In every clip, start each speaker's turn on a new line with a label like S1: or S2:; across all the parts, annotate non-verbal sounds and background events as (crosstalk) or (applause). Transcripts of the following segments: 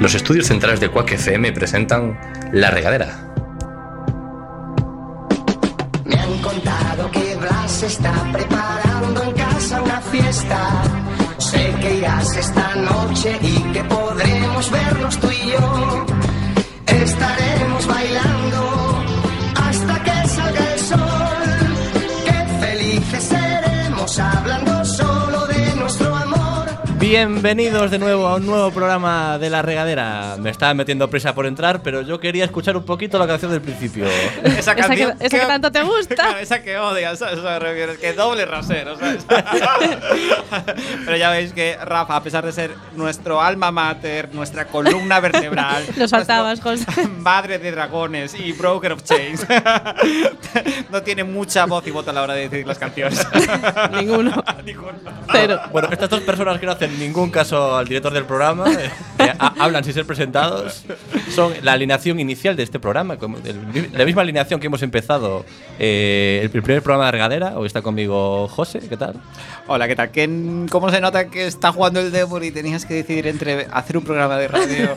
S1: Los estudios centrales de Quack FM presentan La Regadera.
S2: Me han contado que Blas está preparando en casa una fiesta. Sé que irás esta noche y que podremos vernos tú y yo. Estaremos bailando hasta que salga el sol. Qué felices seremos hablando solo de nuestro amor.
S3: Bienvenidos de nuevo a un nuevo programa de La Regadera. Me estaba metiendo prisa por entrar, pero yo quería escuchar un poquito la canción del principio.
S4: Esa
S5: Esa que,
S4: canción.
S5: esa que tanto te
S4: Claro, (laughs)
S5: gusta.
S4: esa que odias, ¿sabes? O sea, me refiero, es que doble rasero,
S5: (laughs)
S4: ¿sabes? Pero ya veis que Rafa, a pesar de ser nuestro alma mater, nuestra columna vertebral,
S5: (laughs) Lo saltabas,
S4: nuestro
S5: José.
S4: (laughs) madre de dragones y broker of chains, (laughs) no tiene mucha voz y voto a la hora de decidir las
S5: (laughs)
S4: canciones. (laughs)
S5: Ninguno.
S4: Ninguno.
S5: Cero.
S3: Bueno, estas dos personas que no hacen ningún caso al director del programa, eh, que ha- hablan sin ser presentados, son la alineación inicial de este programa, como el- la misma alineación que hemos empezado eh, el primer programa de Regadera. Hoy está conmigo José, ¿qué tal?
S4: Hola, ¿qué tal? ¿Quién- ¿Cómo se nota que está jugando el Débora y tenías que decidir entre hacer un programa de
S5: (laughs)
S4: radio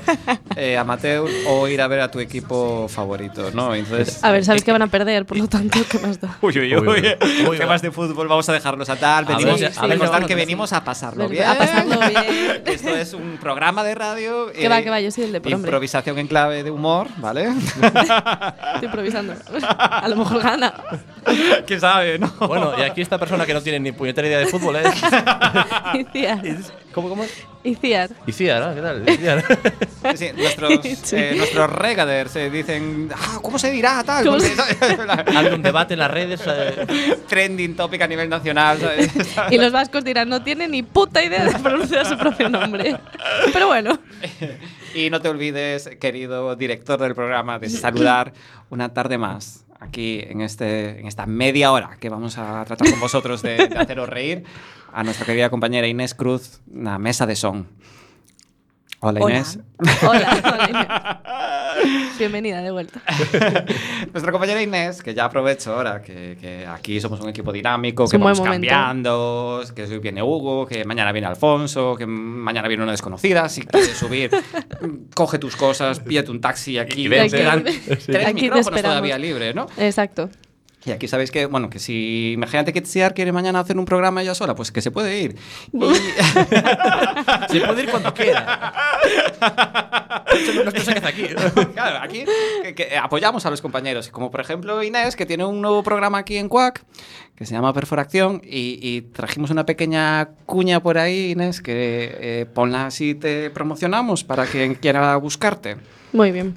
S4: eh, amateur o ir a ver a tu equipo favorito, ¿no? Entonces,
S5: A ver, sabéis que van a perder, por lo tanto, ¿qué más da?
S4: Uy, uy,
S3: Uy, uy,
S4: uy.
S3: uy.
S4: (laughs) Temas de fútbol, vamos a dejarlos a tal.
S3: A
S4: Venimos
S3: ver,
S4: a,
S3: sí, sí,
S4: recordar
S5: sí.
S4: que venimos a pasarlo
S5: Ver-
S4: bien.
S5: a
S4: (laughs)
S5: pasarlo bien.
S4: Que Esto es un programa de radio. eh,
S5: Que va, que va, yo soy el de por, hombre.
S4: Improvisación en clave de humor, ¿vale? (laughs)
S5: Estoy improvisando. A lo mejor gana.
S4: ¿Quién sabe, no?
S3: Bueno, y aquí esta persona que no tiene ni puñetera idea de fútbol ¿eh? (laughs)
S5: Iciar.
S3: es. ¿Cómo, cómo es?
S5: Iciar.
S3: Iciar, ¿no? ¿Qué (laughs) tal? Iciar.
S4: Sí, sí, nuestros,
S5: (laughs) Sí.
S4: eh, nuestros regaders eh, dicen, ah, ¿cómo se dirá tal?
S5: ¿Cómo
S4: Porque- (laughs)
S3: Abre un debate en las redes. eh,
S4: Trending topic a nivel nacional, ¿sabes?
S5: Y los vascos dirán, no tiene ni puta idea de pronunciar su propio nombre. Pero bueno,
S4: Y no te olvides, querido director del programa, de saludar una tarde más aquí en, este, en esta media hora que vamos a tratar con vosotros de, de haceros reír a nuestra querida compañera Inés Cruz, la mesa de son. Hola
S5: hola.
S4: Inés. (laughs)
S5: Hola, hola, Inés. Bienvenida de vuelta.
S4: Nuestra compañera Inés, que ya aprovecho ahora, que, que aquí somos un equipo dinámico,
S5: Es
S4: que
S5: un buen
S4: vamos
S5: momento.
S4: cambiando, que hoy viene Hugo, que mañana viene Alfonso, que mañana viene una desconocida, si quieres subir, (laughs) coge tus cosas, píllate un taxi aquí.
S3: Y vente.
S4: te dan
S5: Aquí- (laughs)
S4: tres
S5: aquí te
S4: micrófonos
S5: esperamos.
S4: todavía libres, ¿no?
S5: Exacto.
S4: Y aquí sabéis que, bueno, que si imagínate que Tsiar quiere mañana hacer un programa ella sola, pues que se puede ir. (laughs)
S3: Se puede ir cuando quiera. No te saques de aquí.
S4: (laughs) claro, aquí que- que apoyamos a los compañeros, como por ejemplo Inés, que tiene un nuevo programa aquí en CUAC, que se llama Perforacción, y, y trajimos una pequeña cuña por ahí, Inés, que eh, ponla así te promocionamos para quien quiera buscarte.
S5: Muy bien.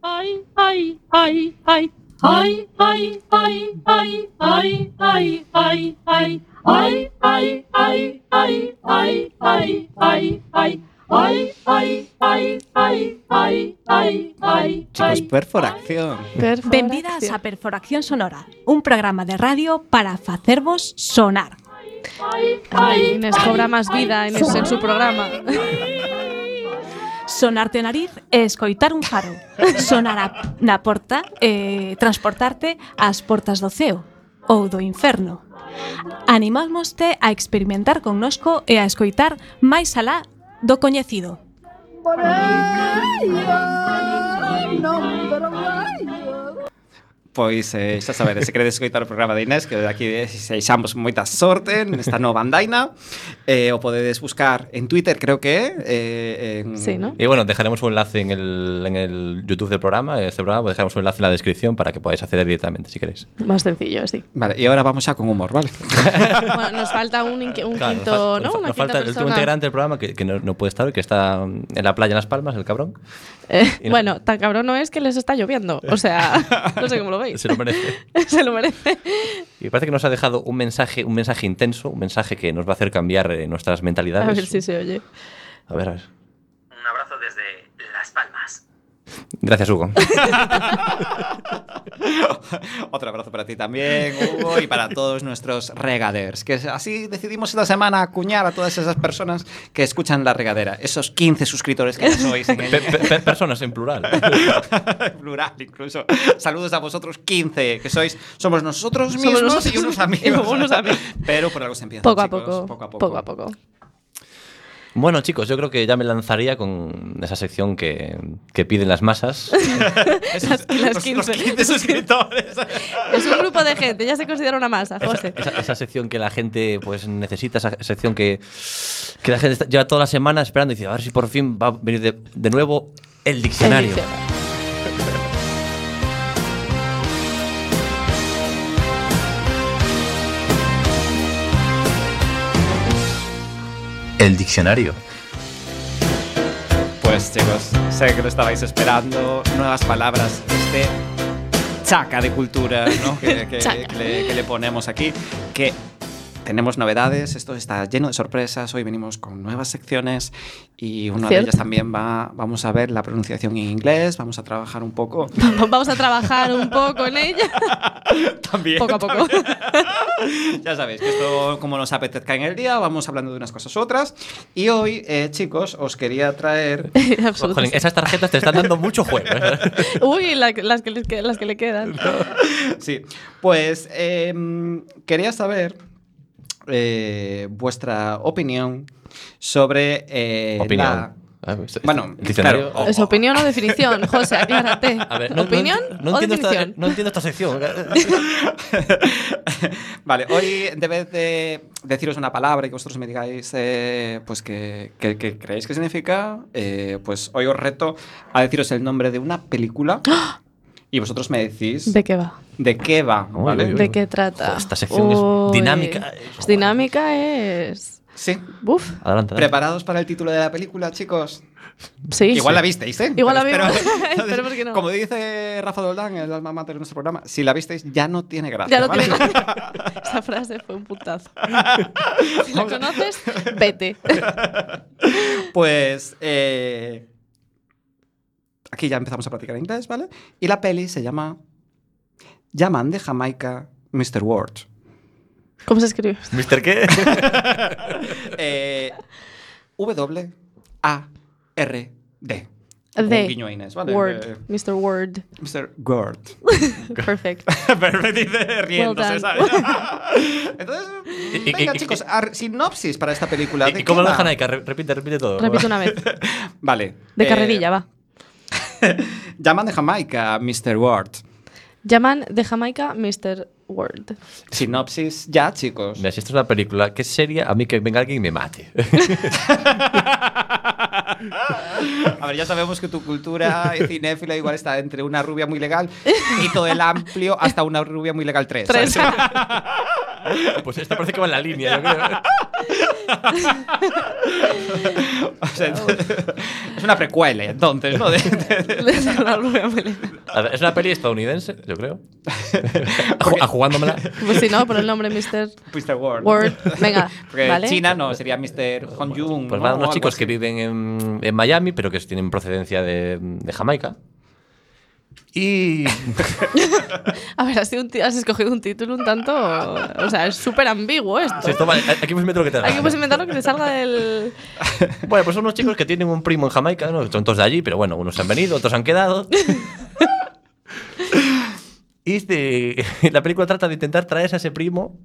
S6: Ay, ay, ay, ay. Ay, ay, ay, ay, ay, ay, ay, ay. Ay, ay, ay, ay, ay, ay, ay, ay. Ay, ay, ay, ay, ay, ay, ay,
S4: Chicos,
S6: ay.
S4: Perforacción.
S7: Benvidas a Perforación Sonora, un programa de radio para facervos sonar.
S6: Ay, ay,
S5: Inés cobra más vida Inés, en su programa.
S4: Mm.
S7: Sonarte nariz e escoitar un faro. Sonar a, na porta e transportarte ás portas do ceo ou do inferno. Animámoste a experimentar connosco e a escoitar máis alá do coñecido.
S4: Pois, eh, xa sabedes, se queredes escoitar o programa de Inés, que aquí desexamos moita sorte nesta nova andaina, eh, o podedes buscar en Twitter, creo que é, eh, en...
S5: Sí, ¿no?
S3: Y bueno, dejaremos un enlace en el, en el YouTube del programa, este programa, pues dejaremos un enlace en la descripción para que podáis acceder directamente si queréis.
S5: Más sencillo, sí.
S4: Vale, y ahora vamos xa con humor, vale? (laughs)
S5: Bueno, nos falta un, inque- un
S3: Claro,
S5: quinto,
S3: nos fal- nos,
S5: ¿no? Una
S3: nos
S5: quinta
S3: falta el último
S5: persona.
S3: integrante del programa que, que no, no puede estar hoy, que está mm, en la playa en Las Palmas, el cabrón.
S5: Eh,
S3: Y no-
S5: bueno, tan cabrón no es que les está lloviendo.
S3: (laughs)
S5: O sea, no sé cómo lo veis.
S3: Se lo merece.
S5: (laughs) Se lo merece.
S3: Y parece que nos ha dejado un mensaje, un mensaje intenso, un mensaje que nos va a hacer cambiar eh, nuestras
S5: A
S3: mentalidades.
S5: ver si se oye.
S3: A ver, a ver.
S8: Un abrazo desde Las Palmas.
S3: Gracias,
S5: (laughs)
S3: Hugo.
S4: Otro abrazo para ti también, Hugo, y para todos nuestros regaders, que así decidimos esta semana acuñar a todas esas personas que escuchan La Regadera, esos 15 suscriptores que ya sois en el-
S3: Pe- pe- pe- personas en plural.
S4: plural incluso. Saludos a vosotros 15, que sois somos nosotros
S5: Somos
S4: mismos
S5: nosotros
S4: y unos
S5: y (laughs)
S4: amigos.
S5: unos amigos.
S4: Pero por algo se empieza,
S5: Poco a
S4: chicos, (laughs)
S5: poco.
S4: poco a poco.
S5: Poco a poco.
S3: Bueno, chicos, yo creo que ya me lanzaría con esa sección que, que piden las (laughs) masas.
S4: Esos-
S5: las
S4: los-
S5: 15.
S4: los 15 suscriptores.
S5: Es un grupo de gente, ya se considera una masa, José.
S3: Esa, esa sección que la gente pues necesita, esa sección que, que la gente está- lleva toda la semana esperando y dice, a ver si por fin va a venir de, de nuevo el diccionario.
S1: El diccionario.
S4: Pues chicos, sé que lo estabais esperando. Nuevas palabras. Este chaca de cultura ¿no?
S5: (laughs)
S4: que, que-
S5: Chaca.
S4: que le, que le ponemos aquí. Que tenemos novedades. Esto está lleno de sorpresas. Hoy venimos con nuevas secciones. Y una de
S5: Cierto.
S4: ellas también va. Vamos a ver la pronunciación en inglés. Vamos a trabajar un poco.
S5: Vamos a trabajar un poco
S3: (laughs)
S5: en ella,
S4: (laughs) También.
S5: poco a poco. (laughs)
S4: (laughs) Ya sabéis que esto, como nos apetezca en el día, vamos hablando de unas cosas u otras. Y hoy, eh, chicos, os quería traer. (laughs)
S5: Absoluto.
S3: Jolín, esas tarjetas te están dando mucho juego. ¿eh?
S5: Uy, la- las, que les que- las que le quedan.
S4: Sí, pues em, quería saber eh, vuestra opinión sobre. eh, la- (laughs)
S3: Opinión. Ah, es-
S4: Bueno,
S3: el diccionario. Oh,
S4: claro,
S5: ¿Es opinión o definición? José, aclárate.
S3: A ver, no- no-
S5: ¿Opinión
S3: no
S5: o
S3: entiendo esta-
S5: definición?
S3: no entiendo esta (laughs) sección.
S4: Vale, hoy en vez de deciros una palabra y que vosotros me digáis eh, pues que, que- que creéis que significa, eh, pues hoy os reto a deciros el nombre de una película y vosotros me decís
S5: ¿De qué va?
S4: de qué va,
S3: Uy,
S4: ¿vale?
S3: uy, uy.
S5: ¿De qué trata?
S3: Joder, esta sección es dinámica, es-
S5: Es dinámica, es.
S4: Sí.
S5: Buf,
S3: Adelante. adelante.
S4: ¿Preparados para el título de la película, chicos?
S5: sí.
S4: Igual la visteis, ¿eh?
S5: Igual la
S4: Pero-
S5: vimos.
S4: entonces,
S5: (laughs) Esperemos que no.
S4: Como dice Rafa Doldán, el alma mater de nuestro programa, si la visteis ya no tiene gracia.
S5: (laughs) Ya lo
S4: ¿vale?
S5: tienes. (laughs) Esa frase fue un puntazo.
S4: (laughs)
S5: Si la conoces, vete. (laughs)
S4: Pues eh, aquí ya empezamos a practicar inglés, ¿vale? Y la peli se llama Llaman de Jamaica Mr. Ward.
S5: ¿Cómo se escribe?
S3: ¿Mister qué?
S4: Eh, w A R D. Un
S5: De
S4: guiño a Inés, ¿vale? Eh,
S5: Word. Mr.
S4: (laughs)
S5: Word.
S4: Mr. Ward.
S5: Perfect.
S4: (laughs) Pero me dice riéndose,
S5: done.
S4: ¿sabes? (laughs) Entonces,
S3: Y- y-
S4: venga,
S3: y-
S4: chicos, ar- sinopsis para esta película.
S3: ¿Y
S4: ¿De
S3: cómo
S4: qué
S3: lo
S4: va?
S3: dejan ahí? Que re- Repite, repite todo.
S5: Repito una vez.
S4: (laughs) Vale.
S5: De
S4: eh,
S5: carrerilla, va.
S4: Llaman de Jamaica, Mr. Ward.
S5: Llaman de Jamaica Mr. Word.
S4: Sinopsis ya, chicos.
S3: Mira, si esto es una película, ¿qué sería a mí que venga alguien y me mate?
S4: (laughs)
S3: (laughs)
S4: A ver, ya sabemos que tu cultura cinéfila igual está entre una rubia muy legal y todo el amplio hasta una rubia muy legal 3.
S5: Tres. (laughs)
S3: pues esta parece que va en la línea, yo creo.
S4: es una precuela, entonces, ¿no? De- de- de-
S5: La rubia muy linda.
S3: A ver, es una peli estadounidense, yo
S4: (laughs)
S3: creo. A ju- a jugándomela.
S5: (laughs) Pues si no, por el
S4: (laughs)
S5: nombre Mr.
S4: Mr. World.
S5: Word. Venga,
S4: Porque
S5: ¿vale?
S4: China no, sería Mr. Hong Jung.
S3: Pues
S4: ¿no?
S3: van
S4: O
S3: unos
S4: algo
S3: chicos
S4: así.
S3: que viven en, en Miami, pero que tienen procedencia de, de Jamaica. Y.
S5: A ver, has, sido un ti- has escogido un título un tanto... O sea, es súper ambiguo esto.
S3: Sí, esto vale, aquí puedes meter lo que te da.
S5: Hay que pues
S3: gana.
S5: inventar lo que te salga del...
S3: Bueno, pues son unos chicos que tienen un primo en Jamaica, ¿no? son todos de allí, pero bueno, unos han venido, otros han
S4: (laughs)
S3: quedado. y este- la película trata de intentar traerse a ese primo.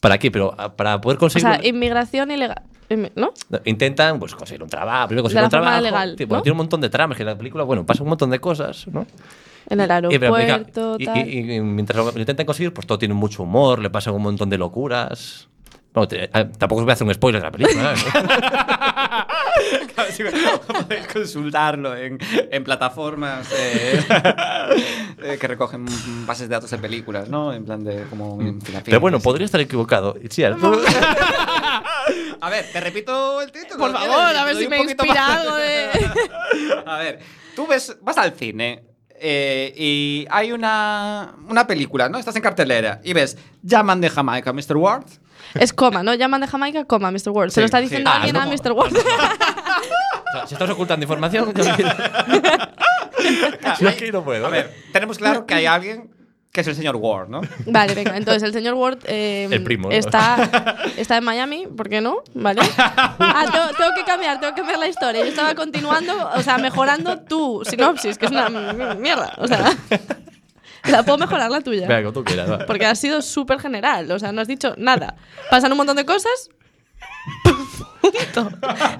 S3: ¿Para qué? Pero ah, para poder
S5: O
S3: conseguir.
S5: sea,
S3: un-
S5: inmigración ilegal. Inmi- ¿no?
S3: Intentan pues, conseguir un trabajo, primero conseguir
S5: la
S3: un
S5: forma
S3: trabajo.
S5: legal,
S3: sí, bueno,
S5: ¿no?
S3: tiene un montón de tramas que en la película, bueno, pasa un montón de cosas, ¿no?
S5: En el
S3: Y, pero, mira,
S5: aeropuerto,
S3: y-
S5: tal.
S3: y- y mientras lo intentan conseguir, pues todo tiene mucho humor, le pasan un montón de locuras. Bueno, te- ah, tampoco os voy a hacer un spoiler de la
S4: (laughs)
S3: película. ¿eh? ¿no?
S4: Claro, sí, podéis consultarlo en, en plataformas eh, eh, que recogen bases de datos de películas, ¿no? En plan de como... en fin,
S3: Pero bueno, podría estar equivocado. Itziar, (laughs) tú-
S4: A ver, te repito el título.
S5: Por
S4: ¿quieres?
S5: favor,
S4: Te
S5: a ver
S4: doy
S5: si
S4: un
S5: me eh.
S4: poquito
S5: inspira
S4: más.
S5: algo de-
S4: (laughs) A ver, tú ves, vas al cine eh, y hay una, una película, ¿no? Estás en cartelera y ves Llaman de Jamaica, Mr. Ward.
S5: Es coma, ¿no? Llaman de Jamaica, coma, Mr. World.
S4: Sí,
S5: Se lo está
S4: sí.
S5: diciendo
S4: Ah,
S5: alguien
S3: no.
S5: a
S3: (laughs)
S5: Mr. World.
S3: O sea, si estás ocultando información, yo no
S4: (laughs)
S3: quiero- yo aquí no puedo. ¿eh?
S4: A ver, tenemos claro que hay alguien que es el señor Ward, ¿no?
S5: vale, venga. Entonces, el señor Ward eh,
S3: El primo, ¿no?
S5: está, está en Miami, ¿por qué no? ¿Vale? Ah, tengo, tengo que cambiar, tengo que cambiar la historia. Yo estaba continuando, o sea, mejorando tu sinopsis, que es una m- mierda. O
S3: (laughs)
S5: sea, la puedo mejorar la tuya.
S3: Venga, como tú quieras. va.
S5: Porque ha sido súper general, o sea, no has dicho nada. Pasan un montón de cosas. punto.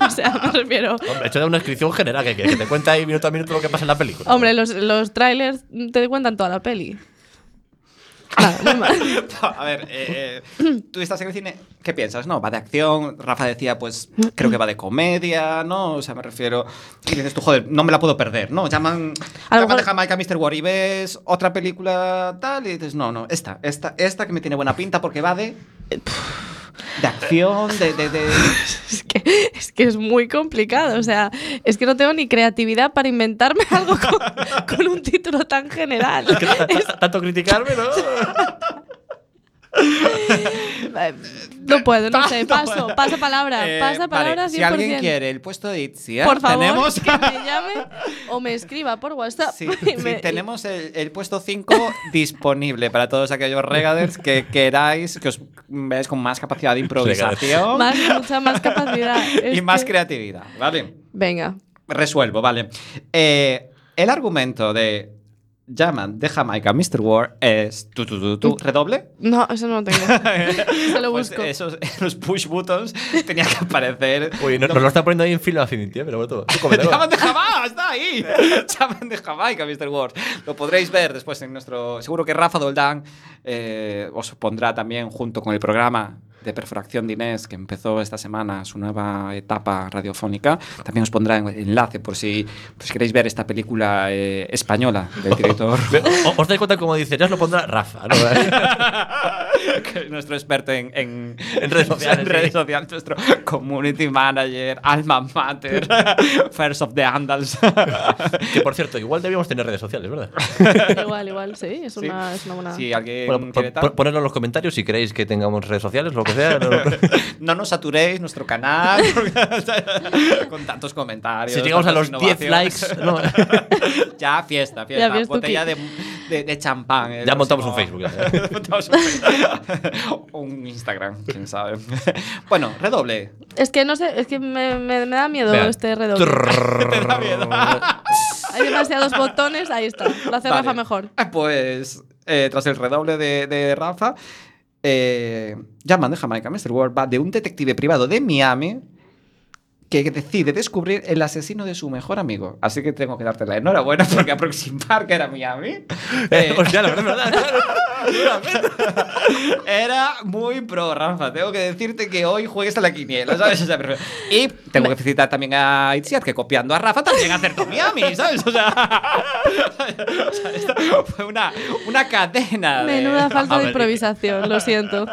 S5: O sea, me refiero.
S3: Hombre, hecho de una inscripción general que, que- que te cuenta ahí minuto a minuto lo que pasa en la película.
S5: Hombre, los, los trailers te cuentan toda la peli. Ah, Nada, muy mal.
S4: (laughs) A ver, eh, eh, tú estás en el cine, ¿qué piensas? No, va de acción, Rafa decía, pues creo que va de comedia, ¿no? O sea, me refiero. Y dices tú, joder, no me la puedo perder, ¿no? Llaman,
S5: A lo
S4: llaman de
S5: mejor-
S4: Jamaica Mr. War y ves otra película tal y dices, no, no, esta, esta, esta que me tiene buena pinta porque va de. de acción, de. de, (laughs) de-
S5: Es que, es que es muy complicado. O sea, es que no tengo ni creatividad para inventarme (laughs) algo con, con un título tan general. Es-
S3: Tanto criticarme, ¿no?
S5: eh, no puedo, no
S4: (laughs)
S5: sé. Paso, pasa palabra.
S4: Eh,
S5: Pasa
S4: vale,
S5: palabra 100%.
S4: Si alguien quiere el puesto de Itziar,
S5: Por favor,
S4: tenemos.
S5: (laughs) que me llame o me escriba por WhatsApp.
S4: Sí,
S5: (laughs) y
S4: sí,
S5: me-
S4: tenemos el, el puesto 5 (laughs) disponible para todos aquellos regaders que queráis, que os veáis con más capacidad de improvisación
S5: más, mucha más capacidad.
S4: (laughs) y
S5: Es
S4: más
S5: que-
S4: creatividad, ¿vale?
S5: Venga.
S4: Resuelvo, vale. Eh, el argumento de llaman de Jamaica Mr. War es tu, tu, tu, tu, redoble.
S5: No, eso no
S4: (laughs)
S5: lo tengo. Se lo
S4: Pues
S5: busco.
S4: esos, (laughs) los push buttons tenían que aparecer.
S3: Uy, no-
S4: No-
S3: nos lo está poniendo ahí en filo affinity, ¿eh? pero bueno, tú, tú comételo.
S4: (laughs) ¡Llaman de Jamaica! ¡Está ahí! (laughs) ¡Llaman de Jamaica, Mr. Ward! Lo podréis ver después en nuestro... Seguro que Rafa Doldán eh, os pondrá también junto con el programa de Perforación de Inés, que empezó esta semana su nueva etapa radiofónica. También os pondrá en- el enlace por si pues, queréis ver esta película eh, española
S3: (laughs)
S4: del director, (laughs)
S3: O- ¿Os dais cuenta cómo dice? Ya os lo pondrá Rafa, ¿no? (laughs)
S4: que es nuestro experto en, en-
S3: En redes sociales,
S4: (laughs) en
S3: sí.
S4: redes sociales, nuestro community manager, alma
S3: (laughs)
S4: mater, first of the Andals.
S3: que por cierto, igual debíamos tener redes sociales, ¿verdad?
S5: (laughs) Igual, igual, sí. Es
S4: Sí.
S5: una, es una buena.
S4: Si alguien
S3: Bueno,
S4: quiere
S3: po-
S4: tal.
S3: po- ponedlo en los comentarios si queréis que tengamos redes sociales, lo que sea. no- no- (laughs)
S4: No nos saturéis nuestro canal (laughs) con tantos comentarios.
S3: si llegamos a los
S4: tantas
S3: 10 likes,
S4: innovaciones.
S3: no, (laughs)
S4: (laughs) ya fiesta,
S5: Ya
S4: fiesta.
S5: ves tú
S4: botella
S5: que-
S4: de, de- de champán. ¿eh? el
S3: ya montamos un
S4: próximo-
S3: Facebook.
S4: (laughs)
S3: ya.
S4: montamos un Facebook. (laughs) O un Instagram, quién sabe. (laughs) bueno, redoble.
S5: Es que no sé, es que me, me- me da miedo
S3: Venga.
S5: este redoble.
S4: Te da miedo.
S5: Hay demasiados botones, ahí está. Lo hace
S4: Vale.
S5: Rafa mejor.
S4: Ah, Pues eh, tras el redoble de, de Rafa, eh, llaman de Jamaica Mr. World va de un detective privado de Miami que decide descubrir el asesino de su mejor amigo. Así que tengo que darte la enhorabuena porque aproximar que era Miami eh,
S3: Hostia, pues la verdad,
S4: era muy pro, Rafa. Tengo que decirte que hoy juegues a la quiniela, ¿sabes? O sea, pero- y tengo que felicitar también a Itziar que copiando a Rafa también acertó Miami, ¿sabes? O sea, o sea, esto (laughs) fue una, una cadena de-
S5: Menuda
S4: (laughs)
S5: falta
S3: a
S5: de
S3: ver,
S5: improvisación, lo siento.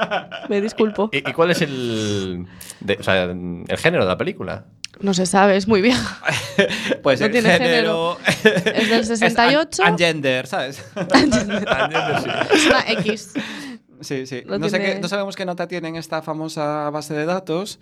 S5: Me disculpo.
S3: ¿Y, y cuál es el, de- o sea, el género de la película?
S5: No se sabe, es muy vieja.
S4: Pues
S5: No
S4: el
S5: tiene
S4: género. (laughs)
S5: Es del 68. (laughs)
S4: an- angender, ¿sabes?
S5: Es una X.
S4: sí, sí.
S5: No
S4: No, sé
S5: tiene-
S4: qué- no sabemos qué nota tienen esta famosa base de datos,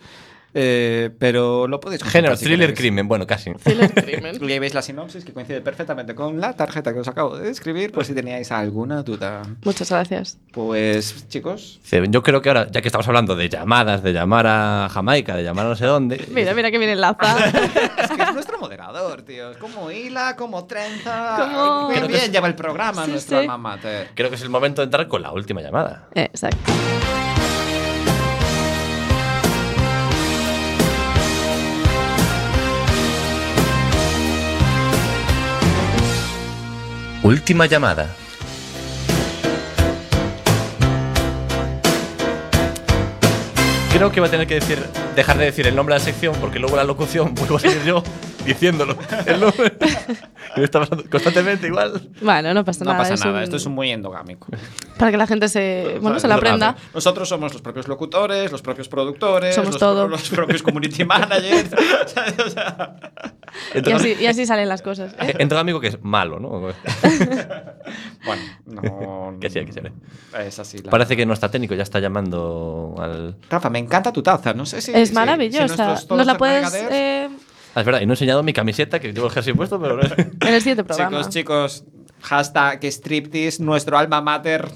S4: eh, pero lo podéis consultar
S3: Género,
S4: si
S3: thriller,
S4: queréis.
S3: crimen, bueno, casi.
S5: Thriller crimen.
S4: Y ahí veis la sinopsis que coincide perfectamente con la tarjeta que os acabo de escribir, por si teníais alguna duda.
S5: Muchas gracias.
S4: Pues, chicos,
S3: Dice, Yo creo que ahora, ya que estamos hablando de llamadas, de llamar a Jamaica, de llamar a no sé dónde.
S5: Mira, mira que
S4: (laughs)
S5: viene enlazada.
S4: es que es nuestro moderador, tíos. Como hila, como trenza.
S5: Como-
S4: Qué
S5: Creo que
S4: bien lleva el programa
S5: Sí,
S4: nuestro
S5: sí.
S4: alma mater.
S3: Creo que es el momento de entrar con la última llamada.
S5: Eh, Exacto.
S1: Última llamada.
S3: Creo que va a tener que decir, dejar de decir el nombre de la sección porque luego la locución (laughs) vuelvo a seguir yo diciéndolo. El nombre. (laughs) Y me está pasando constantemente igual.
S5: Bueno, no pasa
S4: No
S5: nada.
S4: pasa
S5: es
S4: nada,
S5: un-
S4: esto es un muy endogámico.
S5: (laughs) Para que la gente se, bueno, se la
S3: no,
S5: aprenda.
S3: vale.
S4: Nosotros somos los propios locutores, los propios productores,
S5: Somos
S4: los,
S5: todo.
S4: los propios community
S5: (laughs)
S4: managers.
S5: Y
S3: Entonces,
S5: así, y así salen las cosas.
S4: eh,
S3: entra amigo que es malo, ¿no?
S4: bueno,
S5: (laughs)
S4: no.
S3: Que sí, que se ve.
S4: Es así. la-
S3: Parece que nuestro técnico ya está llamando al.
S4: Rafa, me encanta tu taza. No sé si.
S5: es
S4: si- si
S5: maravillosa.
S4: nuestros- todos
S5: Nos la
S4: los
S5: puedes
S4: regaders-
S5: eh,
S3: Ah, es verdad, y no he enseñado mi camiseta que llevo el jersey puesto, pero.
S1: (laughs)
S3: no-
S5: en el siguiente programa.
S4: Chicos, chicos, hashtag striptease, nuestro alma mater.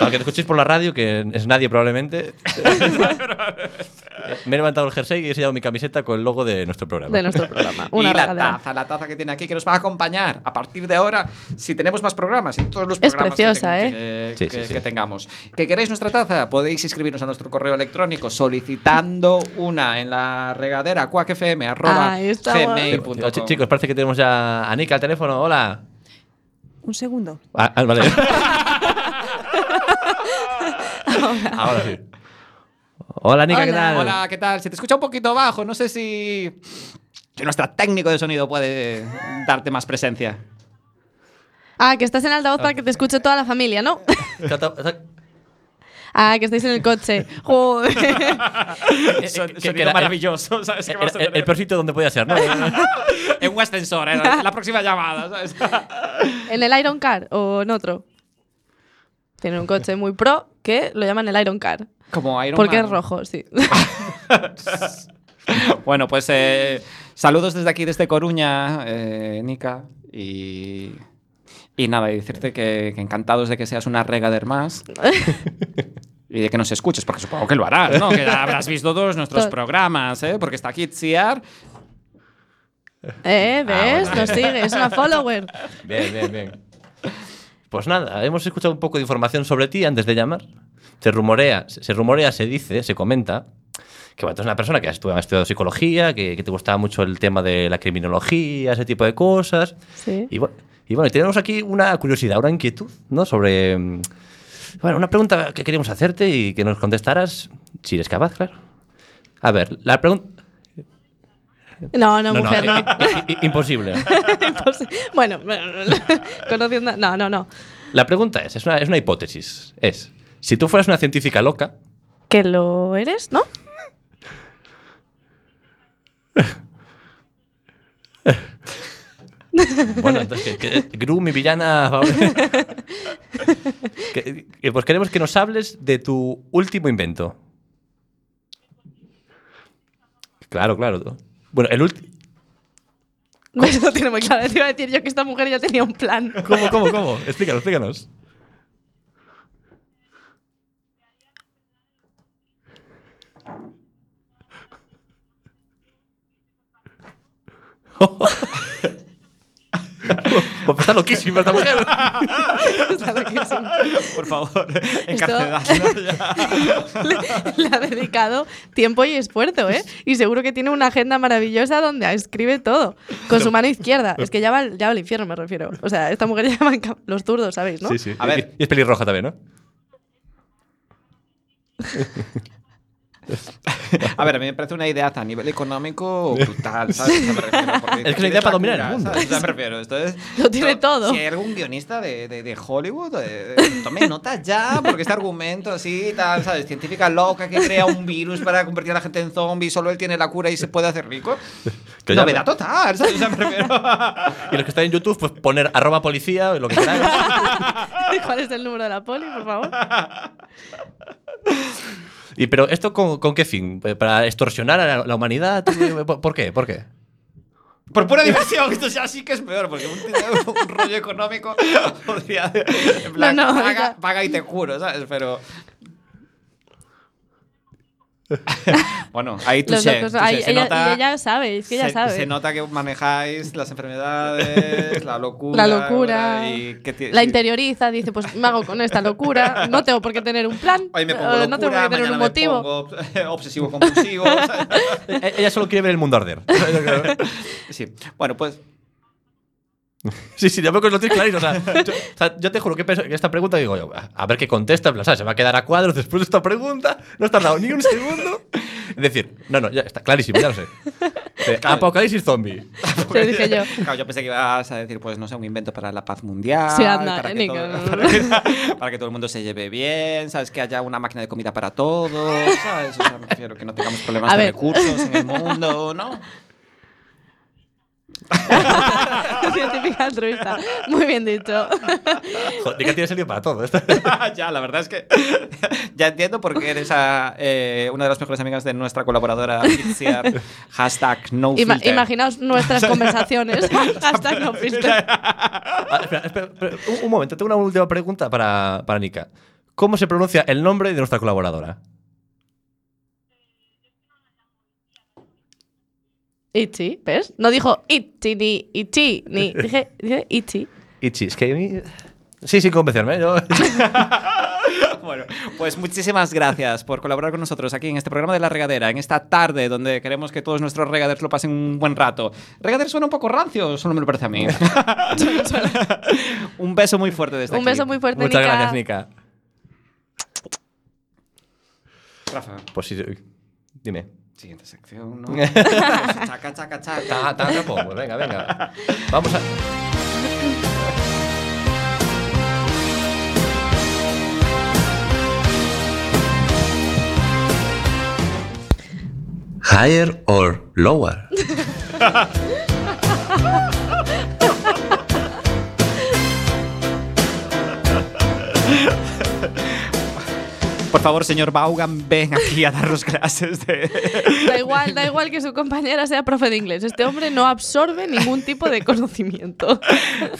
S3: Al que escuchéis por la radio, que es nadie probablemente. (laughs) eh, me he levantado el jersey y he enseñado mi camiseta con el logo de nuestro programa.
S5: de nuestro
S4: (laughs)
S5: programa.
S4: y
S5: Una
S4: la
S5: regadera.
S4: taza, la taza que tiene aquí, que nos va a acompañar a partir de ahora, si tenemos más programas, en todos los
S5: Es
S4: programas
S5: preciosa,
S4: que,
S5: ¿eh?
S4: que-
S3: Sí,
S4: que-
S3: sí, sí.
S4: que tengamos. ¿Que queréis nuestra taza? Podéis inscribirnos a nuestro correo electrónico solicitando una en la regadera
S5: Ahí estamos.
S4: cuacfm.gmail.com
S3: Ch- Chicos, parece que tenemos ya a Nika al teléfono. Hola.
S7: Un segundo.
S3: Ah, ah, vale. Ahora sí. Hola, Nika, ¿qué
S5: Hola.
S3: tal? (laughs)
S4: Hola, ¿qué tal? Se te escucha un poquito bajo, no sé si... Si nuestro técnico de sonido puede darte más presencia.
S5: Ah, que estás en altavoz para que te escuche toda la
S4: (laughs)
S5: familia, ¿no?
S3: Cata- cata-
S5: Ah, que estáis en el coche. (laughs) Joder.
S3: eh,
S4: (laughs) Son-
S3: que- que
S4: sonido
S3: era-
S4: maravilloso, ¿sabes? qué
S3: era-
S4: vas a
S3: era- el,
S4: tener?
S3: perrito donde podía
S4: (laughs)
S3: ser, ¿no?
S4: en un ascensor,
S5: (laughs)
S4: era la próxima llamada, ¿sabes?
S5: ¿En el Iron Car o en otro? Tienen un coche muy pro que lo llaman el Iron Car.
S4: Como Iron
S5: porque
S4: Man. Ah,
S5: es
S4: (laughs)
S5: rojo, sí.
S4: Bueno, pues eh, saludos desde aquí, desde Coruña, eh, Nica. Y, y nada, y decirte que, que encantados de que seas una regader más. Y de que nos escuches, porque supongo que lo harás, ¿no? Que habrás visto todos nuestros
S5: Todo.
S4: programas, ¿eh? Porque está aquí Tsiar.
S5: (laughs) ¿Eh? ¿Ves? Nos sigue, es
S4: (laughs)
S5: una follower.
S3: bien, bien, bien. Pues nada, hemos escuchado un poco de información sobre ti antes de llamar. Se rumorea, se se rumorea, se dice, se comenta que bueno, tú eres una persona que ha estu- ha estudiado, psicología, que, que te gustaba mucho el tema de la criminología, ese tipo de cosas.
S5: Sí.
S3: Y bueno, y bueno, y tenemos aquí una curiosidad, una inquietud, ¿no? Sobre. mm, Bueno, una pregunta que queríamos hacerte y que nos contestaras si eres capaz, claro. A ver, la pregunta.
S5: No, no, mujer, (laughs) no.
S3: imposible.
S5: Entonces, bueno, (laughs) conociendo. No, no, no.
S3: La pregunta es: es una, es una hipótesis. Es: si tú fueras una científica loca.
S5: Que lo eres, ¿no?
S3: Bueno, entonces, que, que- Gru, mi villana. va- Que- que, pues queremos que nos hables de tu último invento. Claro, claro. Bueno, el último.
S5: (laughs) Pues no tiene muy claro. Te iba a decir yo que esta mujer ya tenía un plan. (laughs)
S3: ¿Cómo, cómo, cómo? Explícanos, (laughs) explícanos. Pues está loquísima esta mujer.
S5: Está loquísimo.
S4: Por favor,
S5: le, le ha dedicado tiempo y esfuerzo, ¿eh? Y seguro que tiene una agenda maravillosa donde escribe todo. Con su mano izquierda. Es que ya va, al- ya va al infierno, me refiero. O sea, esta mujer ya va en cam- los zurdos, ¿sabéis, no?
S3: Sí, sí.
S4: A ver.
S3: Y es pelirroja también, ¿no?
S4: A ver, a mí me parece una idea a nivel económico brutal, ¿sabes? O sea, me refiero, porque
S3: Es que es una
S4: tienes
S3: idea para
S4: la
S3: dominar el
S4: cura,
S3: mundo.
S4: ¿sabes? O sea, me refiero, esto es-
S5: Lo tiene
S4: to-
S5: todo.
S4: Si hay algún guionista de, de- de Hollywood, eh, eh, tome nota ya, porque este argumento así, tal, ¿sabes? Científica loca que crea un virus para convertir a la gente en zombie, solo él tiene la cura y se puede hacer rico.
S3: Que ya-
S4: Novedad total, ¿sabes? O sea, me refiero.
S3: Y los que están en YouTube, pues poner arroba policía o lo que queráis.
S5: (laughs) ¿Cuál es el número de la poli, por favor?
S3: Y, pero esto con, con qué fin? Eh, ¿Para extorsionar a la, la humanidad? ¿Por- ¿Por qué? ¿Por qué?
S4: Por pura diversión, (laughs) esto ya sí que es peor, porque un, (laughs) un rollo económico podría. En plan,
S5: No, no,
S4: paga,
S5: ya.
S4: paga y te juro, ¿sabes?
S5: (laughs)
S4: Pero. bueno, ahí tú
S5: Los
S4: sé.
S5: locos. Ay,
S4: se,
S5: ella,
S4: nota,
S5: y ella sabe, es que ella
S4: se-
S5: sabe.
S4: se nota que manejáis las enfermedades, la locura.
S5: La locura.
S4: y que ti-
S5: La
S4: sí.
S5: interioriza, dice, pues me hago con esta locura, no tengo por qué tener un plan,
S4: Hoy me pongo locura,
S5: eh, no tengo por qué tener
S4: mañana
S5: un
S4: me
S5: motivo.
S4: pongo obs- obsesivo-compulsivo. (laughs) ¿sabes?
S3: E- Ella solo quiere ver el mundo arder.
S4: sí. Bueno, pues
S3: Sí, sí, tampoco lo tienes clarísimo. O sea, (laughs) yo, o sea, yo te juro que, pienso que esta pregunta digo yo, a a ver qué contesta, en plan, ¿sabes? Se va a quedar a cuadros después de esta pregunta. No has tardado ni un segundo. Es decir, no, no, ya está clarísimo, ya lo (laughs) sé. Eh, Apocalipsis zombie.
S5: Te
S4: (laughs)
S5: dije yo.
S4: Pues, Claro, yo pensé que ibas a decir, pues no sé, un invento para la paz mundial.
S5: Sí, anda,
S4: para, que
S5: Nico.
S4: todo, (laughs) para, que, para que todo el mundo se lleve bien, ¿sabes? Que haya una máquina de comida para todos, ¿sabes? O sea, me refiero que no tengamos problemas
S5: A
S4: de
S5: ver.
S4: recursos en el mundo, ¿no? (laughs)
S5: (laughs) Científica altruista. Muy bien dicho.
S3: Joder, que tiene sentido para todo. (laughs) esto.
S4: ya, la verdad es que (laughs) ya entiendo por qué eres a, eh, una de las mejores amigas de nuestra colaboradora,
S5: (laughs)
S4: Itziar. Hashtag no
S5: Ima-
S4: filter.
S5: imaginaos nuestras conversaciones. (laughs) Hashtag no filter.
S3: Ah, espera, espera, espera, un, un momento, tengo una última pregunta para, para Nika. ¿Cómo se pronuncia el nombre de nuestra colaboradora?
S5: Itchy, ¿ves? No dijo itchy ni itchy, ni dije, dije itchy.
S3: Itchy, es que a mí- Sí, sin convencerme. yo-
S5: Ah,
S3: (laughs)
S4: Bueno, pues muchísimas gracias por colaborar con nosotros aquí en este programa de La Regadera, en esta tarde donde queremos que todos nuestros regaders lo pasen un buen rato. ¿Regadero suena un poco rancio? Solo me lo parece a (laughs) mí. un beso muy fuerte desde
S5: Un
S4: aquí.
S5: beso muy fuerte,
S3: Muchas
S5: Nika.
S3: gracias, Nika.
S4: Rafa,
S3: Pues sí, sí. dime.
S4: siguiente sección, ¿no? chaca, chaca, chaca.
S3: Ta- ta- tapo, pues venga, (laughs) venga. Vamos a.
S1: Higher or lower.
S4: Por favor, señor Baugan, ven aquí a darnos clases (laughs) de...
S5: Da igual, da igual que su compañera sea profe de inglés. Este hombre no absorbe ningún tipo de conocimiento.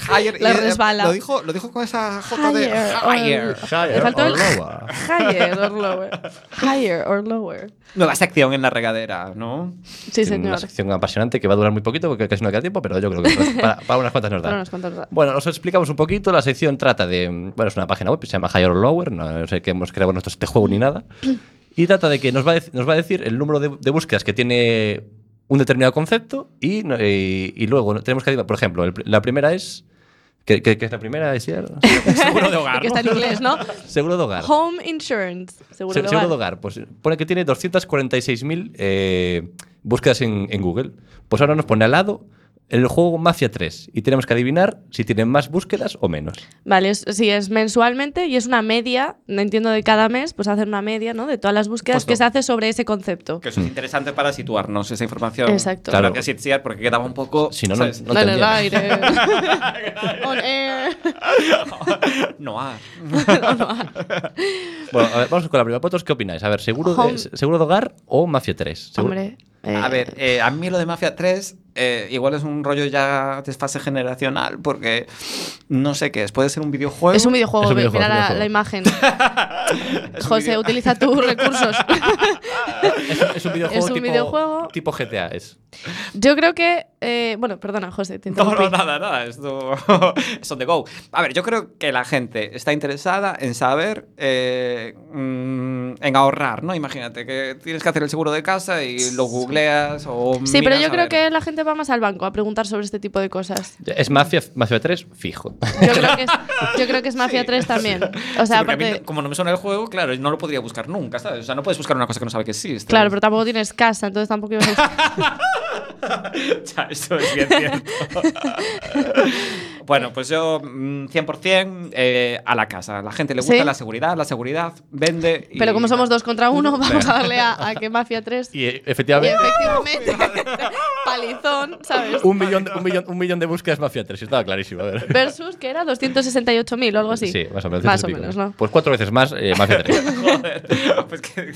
S4: Higher-
S5: La
S4: eh,
S5: resbala.
S4: Lo dijo, lo dijo con esa J de
S5: Higher or-
S4: higher.
S5: Le faltó el higher or lower. Higher or lower.
S4: Nueva sección en la regadera, ¿no?
S5: Sí,
S3: Tiene Una
S5: señor.
S3: sección apasionante que va a durar muy poquito porque casi no queda tiempo, pero yo creo que para, para unas cuantas nos da.
S5: (laughs) Para unas cuantas nos da.
S3: Bueno, os explicamos un poquito. La sección trata de. Bueno, es una página web que se llama Higher or Lower. No sé que hemos creado nosotros este juego ni nada. Y trata de que nos va a, dec- nos va a decir el número de, de búsquedas que tiene un determinado concepto y, no- y- y luego tenemos que. adivinar. Por ejemplo, el pr- la primera es. ¿Qué, qué- qué es la primera? ¿Es cierto? (laughs)
S4: Seguro de hogar.
S5: Que está en inglés, ¿no?
S3: Seguro de hogar.
S5: Home insurance. Seguro
S3: Se-
S5: de
S3: Seguro de
S5: hogar.
S3: hogar. Pues pone que tiene 246.000 eh, búsquedas en, en Google. Pues ahora nos pone al lado el juego Mafia 3 y tenemos que adivinar si tienen más búsquedas o menos.
S5: Vale, es- sí, es mensualmente y es una media, no entiendo de cada mes, pues hacer una media, ¿no? De todas las búsquedas
S4: Justo.
S5: que se hace sobre ese concepto.
S4: Que eso es interesante para situarnos, esa información.
S5: Exacto.
S3: Mm. Claro.
S4: Gracias, Itziar, porque quedaba un poco...
S3: Si no, no,
S4: ¿sabes?
S3: no
S5: No en el
S3: tendría.
S5: aire. (laughs)
S4: (laughs)
S5: On air.
S4: No, ah.
S3: Bueno, a ver, vamos con la primera. ¿Vosotros qué opináis? A ver, ¿seguro,
S5: Home.
S3: de, ¿seguro de hogar o Mafia 3? Seguro-
S5: Hombre. eh,
S4: A ver, eh, a mí lo de Mafia 3 eh, igual es un rollo ya desfase generacional, porque no sé qué es. Puede ser un videojuego.
S5: Es un videojuego,
S3: Es un
S5: ve,
S3: videojuego,
S5: mira
S3: es un
S5: la-
S3: videojuego.
S5: la imagen.
S4: (laughs) Es un
S5: José,
S4: video-
S5: utiliza
S4: (laughs)
S5: tus recursos.
S3: Es, es un videojuego,
S5: (laughs) Es un
S3: tipo,
S5: videojuego.
S3: tipo GTA. Es.
S5: Yo creo que. eh, bueno, perdona, José,
S4: (laughs)
S5: te
S4: No,
S5: interrumpí.
S4: no, nada, nada. Esto (laughs) es on the go. A ver, yo creo que la gente está interesada en saber, eh, mm, en ahorrar, ¿no? Imagínate que tienes que hacer el seguro de casa y lo googleas o.
S5: Sí, pero
S4: miras
S5: yo
S4: a
S5: creo
S4: ver.
S5: que la gente va más al banco a preguntar sobre este tipo de cosas.
S3: Es Mafia, Mafia 3 fijo.
S5: Yo creo que es, yo creo
S4: (laughs)
S5: que es Mafia 3 también. O sea,
S4: Sí, porque a mí,
S5: aparte.
S4: como no me suena el juego, claro, no lo podría buscar nunca, ¿sabes? O sea, no puedes buscar una cosa que no sabe que existe.
S5: Claro,
S4: (laughs)
S5: pero tampoco tienes casa, entonces tampoco ibas a...
S4: Ya, Eso es bien cierto. (laughs) bueno, pues yo mm, 100% eh, a la casa. La gente le gusta
S5: ¿Sí?
S4: la seguridad, la seguridad vende. y-
S5: Pero como somos dos contra uno, vamos
S4: Venga.
S5: a darle a, a que Mafia 3. Y
S3: Y eh, efectivamente,
S5: efectivamente, (laughs) palizón, ¿sabes?
S3: un millón, de- un, millón, un millón de búsquedas Mafia 3. Estaba clarísimo. A ver.
S5: Versus que era 268.000 o algo así.
S3: Sí, más o menos.
S5: Más o
S3: ciento y pico,
S5: menos,
S3: ¿eh?
S5: ¿no?
S3: Pues cuatro veces más eh, Mafia 3.
S4: (laughs)
S5: (laughs)
S4: Joder, pues qué,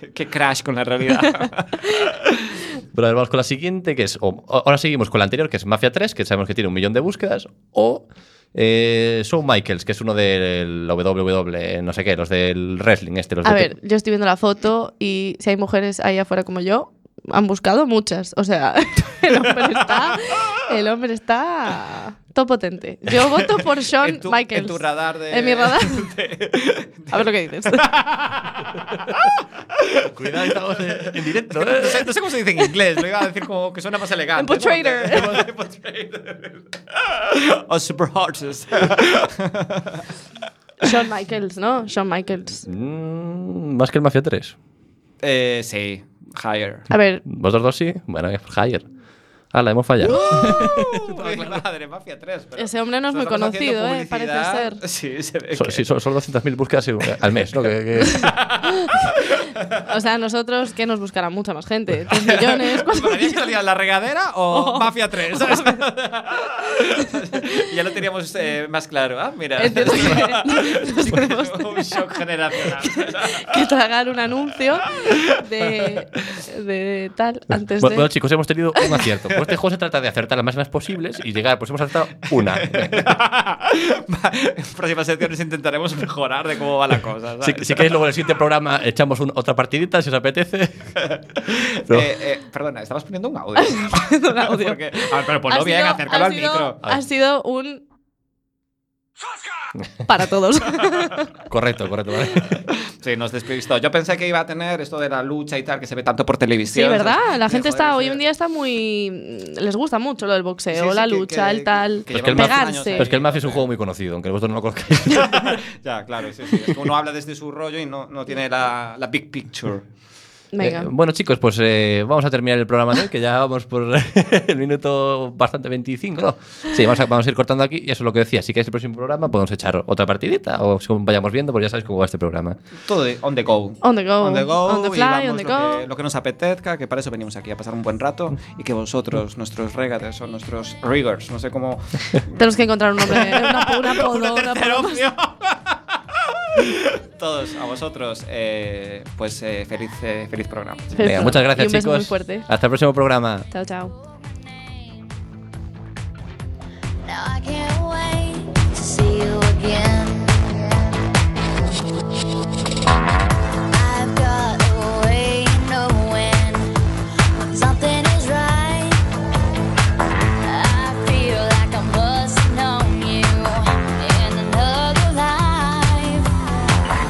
S4: qué- qué crash con la realidad.
S3: Pero a ver, vamos con la siguiente, que es. o- o- ahora seguimos con la anterior, que es Mafia 3, que sabemos que tiene un millón de búsquedas. O eh, Shawn Michaels, que es uno del WWE, E, no sé qué, los del wrestling, este, los
S5: A
S3: de-
S5: ver, yo estoy viendo la foto y si hay mujeres ahí afuera como yo, han buscado muchas. O sea, (laughs) el hombre está, el hombre está todo potente. Yo voto por Shawn
S4: En tu-
S5: Michaels.
S4: en tu radar de-
S5: En mi radar. A ver lo que dices.
S4: (laughs)
S3: Cuidado, estamos en, en directo, ¿eh?
S4: No sé, no sé cómo se dice en inglés, lo iba a decir como que suena más elegante.
S5: Empotrader.
S4: Empotrader. o super horses.
S5: Shawn Michaels, ¿no? Shawn Michaels.
S3: Mm, más que el Mafia 3.
S4: Eh, sí,
S5: (laughs)
S4: higher.
S5: A ver,
S3: ¿Vosotros dos sí? Bueno, es higher. Ah, la hemos fallado.
S4: Ay, madre, Mafia 3. pero
S5: Oh. Ese hombre no es muy
S4: estamos haciendo
S5: conocido, eh,
S4: publicidad.
S5: parece
S4: Sí, se ve
S3: Son-
S4: que-
S3: sí, son, son 200.000 búsquedas eh, al mes, ¿no? Que-
S5: (laughs)
S3: que-
S5: o sea, nosotros que nos buscará mucha más gente. Tres millones, cuatro
S4: ¿Había que
S5: millones.
S4: salir a la regadera
S5: (laughs) Oh.
S4: o Mafia 3? (laughs) ¿sabes? ya lo teníamos eh, más claro. Ah, mira. (laughs)
S5: Entiendo que (laughs) nos ponemos-
S4: un shock generacional.
S5: que tragar un anuncio de, de tal antes
S3: Bueno,
S5: de...
S3: chicos, hemos tenido un acierto. este juego se trata de acertar las máximas posibles y llegar, pues hemos acertado una.
S4: (laughs) Va, en próximas secciones intentaremos mejorar de cómo va la cosa.
S3: Si,
S4: ¿sabes?
S3: si queréis, luego en el siguiente programa echamos un- otra partidita, si os apetece. No.
S4: Eh, eh, perdona, estabas poniendo un
S5: (laughs)
S4: audio.
S5: Un audio.
S4: Porque- Pues a ver, pero ponlo
S5: Ha
S4: bien,
S5: sido-
S4: acércalo
S5: ha
S4: al
S5: sido-
S4: micro.
S5: Ha sido un.
S4: (laughs)
S5: Para todos.
S3: Correcto, correcto. ¿vale?
S4: Sí, nos despistó. Yo pensé que iba a tener esto de la lucha y tal, que se ve tanto por
S5: Sí,
S4: televisión.
S5: ¿verdad?
S4: ¿sabes?
S5: La
S4: Sí,
S5: gente
S4: joder,
S5: está,
S4: sí.
S5: hoy en día está muy. Les gusta mucho lo del
S4: Sí,
S5: boxeo,
S4: sí,
S5: la
S4: que-
S5: lucha,
S4: que-
S5: el tal.
S4: que
S3: Pues
S4: llevan
S3: que el
S4: muchos
S5: Mafia-
S4: años eh.
S5: pegarse.
S4: ahí.
S3: Pero es que el Mafia es un juego muy conocido, aunque vosotros no lo conozcáis.
S4: (laughs) Ya, claro, sí, sí. Es que uno habla desde su rollo y no, no tiene la, la big picture.
S5: Venga.
S3: Eh, bueno, chicos, pues eh, vamos a terminar el programa de hoy, que ya vamos por (laughs) el minuto bastante 25, ¿no? Sí, vamos a, vamos a ir cortando aquí, y eso es lo que decía. Si queréis el próximo programa, podemos echar otra partidita, o según vayamos viendo, pues ya sabéis cómo va este programa.
S4: Todo de- on the go.
S5: On the go,
S4: On the go.
S5: on the
S4: y
S5: fly,
S4: vamos
S5: on the
S4: lo
S5: go.
S4: Que, lo que nos apetezca, que para eso venimos aquí a pasar un buen rato y que vosotros, nuestros regates o nuestros riggers, no sé cómo.
S5: Tenemos que encontrar un nombre, una,
S4: (laughs)
S5: un apodo, un apodo más.
S4: Todos a vosotros, eh, pues eh, feliz, eh, feliz
S5: (laughs)
S4: programa.
S3: Venga, muchas gracias,
S5: Y un beso
S3: chicos.
S5: muy fuerte.
S3: Hasta el próximo programa.
S5: Chao, chao.
S9: Now I can't wait to see you again. I've got a way of knowing when something is right. I feel like I'm busting on you in another life.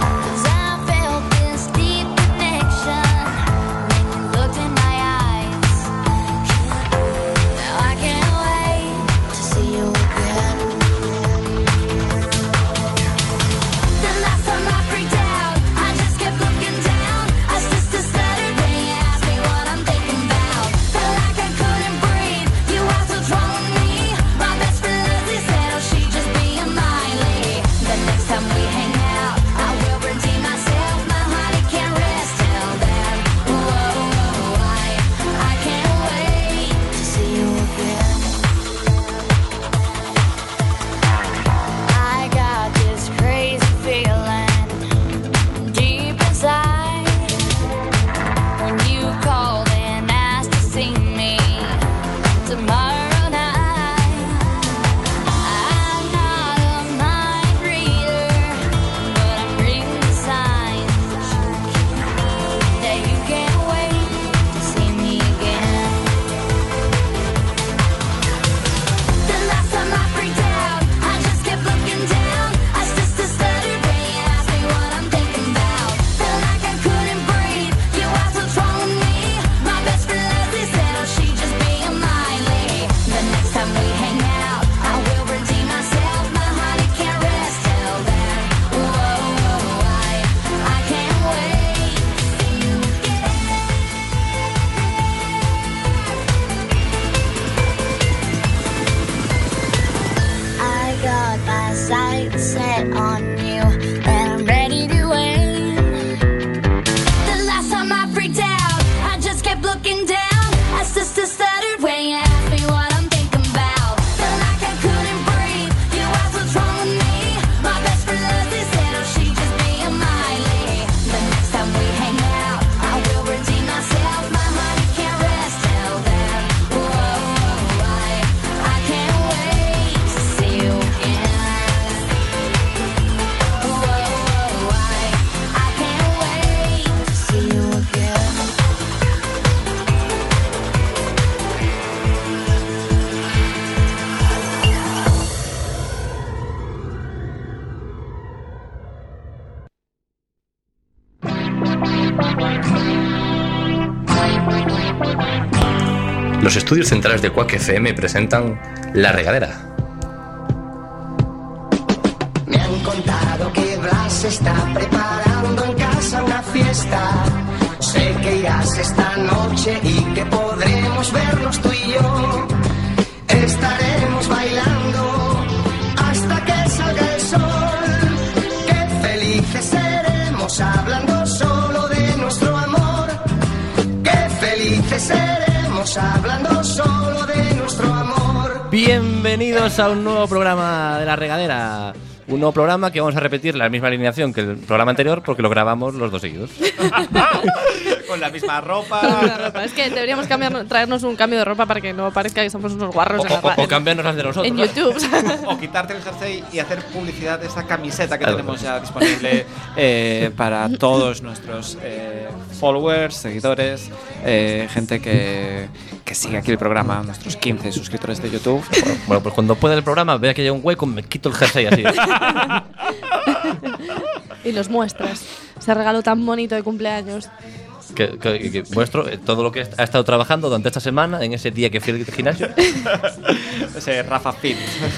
S9: 'Cause I felt this deep connection when you looked in my eyes. Now I can't wait to see you again. The last time I freaked out, I just kept looking down. I just decided when you asked me what I'm thinking about. Felt like I couldn't breathe. You are so drawing me. My best friend loves this hell. She just being my lady. The next time we hang out, I will redeem myself. My heart it can't rest till then. Whoa, whoa, I, I can't wait to see you again. I got this crazy feeling deep inside when you called and asked to see me tomorrow night. I'm not a mind reader, but I'm reading the signs that you can't wait to see me again. The last time I freaked out, I just kept looking down. I just decided when you asked me what I'm thinking about. Felt like I couldn't breathe. You are so strong me. My best friend loves this hell. She just being my lady. The next time we hang out, I will redeem myself. My heart it can't rest till then. Whoa, whoa, I, I can't wait. I got my sights set on you, and I'm ready to aim. The last time I freaked out, I just kept looking down. I just stuttered when you asked me what I'm thinking about. Felt like I couldn't breathe. You asked what's wrong with me. My best friend loves this hell. oh, She just being my lady. The next time we hang out, I will redeem myself. My heart it can't rest till then. Whoa, whoa, I, I can't wait to see you again. Whoa, whoa, I, I can't wait to see you again.
S1: Los estudios centrales de Quack FM presentan La Regadera.
S2: Me han contado que Blas está preparando en casa una fiesta. Sé que irás esta noche y que podremos vernos tú y yo. Estaremos bailando hasta que salga el sol. Qué felices seremos hablando solo de nuestro amor. Qué felices seremos hablando solo de nuestro amor.
S3: Bienvenidos a un nuevo programa de La Regadera. Un nuevo programa que vamos a repetir la misma alineación que el programa anterior porque lo grabamos los dos seguidos.
S4: con la misma
S5: Con la misma
S4: ropa.
S5: ropa. Es que deberíamos cambiar, traernos un cambio de ropa para que no parezca que somos unos guarros
S3: O,
S5: en, la
S3: o-
S5: ra-
S3: o cambiarnos las de nosotros.
S5: en YouTube. (laughs)
S4: O quitarte el jersey y hacer publicidad de esa camiseta que
S3: Claro.
S4: tenemos ya disponible eh, para todos nuestros eh, followers, seguidores, eh, gente que, que sigue aquí el programa, nuestros 15 suscriptores de
S5: (laughs)
S4: YouTube.
S3: Bueno, pues cuando pueda el programa, vea que hay un hueco, me quito el jersey así.
S5: y los muestras. Ese regalo tan bonito de cumpleaños.
S3: que, que- que muestro eh, todo lo que ha estado trabajando durante esta semana, en ese día que fui al gimnasio.
S4: Ese Rafa Fit.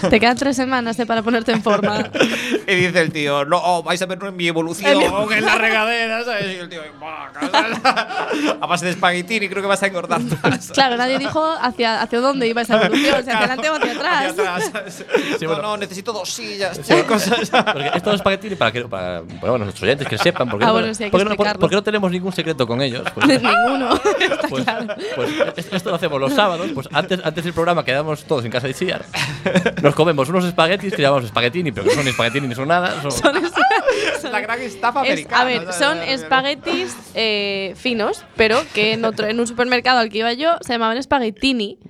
S5: Te quedan tres semanas eh, para ponerte en forma.
S4: Y dice el tío, no, oh, vais a ver mi evolución
S5: El-
S4: en la regadera, ¿sabes? Y el tío, "Buah, cabrón". (laughs) a base de espaguetini, creo que vas a engordar más.
S5: (laughs) Claro, nadie dijo hacia, hacia dónde iba esa evolución, hacia adelante o hacia
S4: Hacia
S5: atrás.
S4: atrás, ¿sabes? no,
S3: bueno.
S4: no, necesito dos sillas, chicos.
S3: Porque esto es para, para, que- para bueno, nuestros oyentes que sepan, porque,
S5: Ah,
S3: no,
S5: bueno, sí, hay que
S3: porque no- por-
S5: explicarlo.
S3: porque no tenemos ningún secreto con ellos.
S5: (laughs)
S3: Pues,
S5: Ninguno. Está
S3: pues-
S5: claro.
S3: pues es- esto lo hacemos los sábados, pues antes, antes del programa quedamos todos en casa de Chiar. Nos comemos unos espaguetis que llamamos espaguetini, pero que no son ni espaguetini ni son nada. son-
S5: Son
S3: (laughs)
S5: es- son-
S4: La gran estafa
S5: es-
S4: americana.
S5: a ver,
S4: ¿sabes?
S5: son
S4: La- la- la-
S5: espaguetis eh, finos, pero que en, otro, en un supermercado al que iba yo se llamaban espaguetini.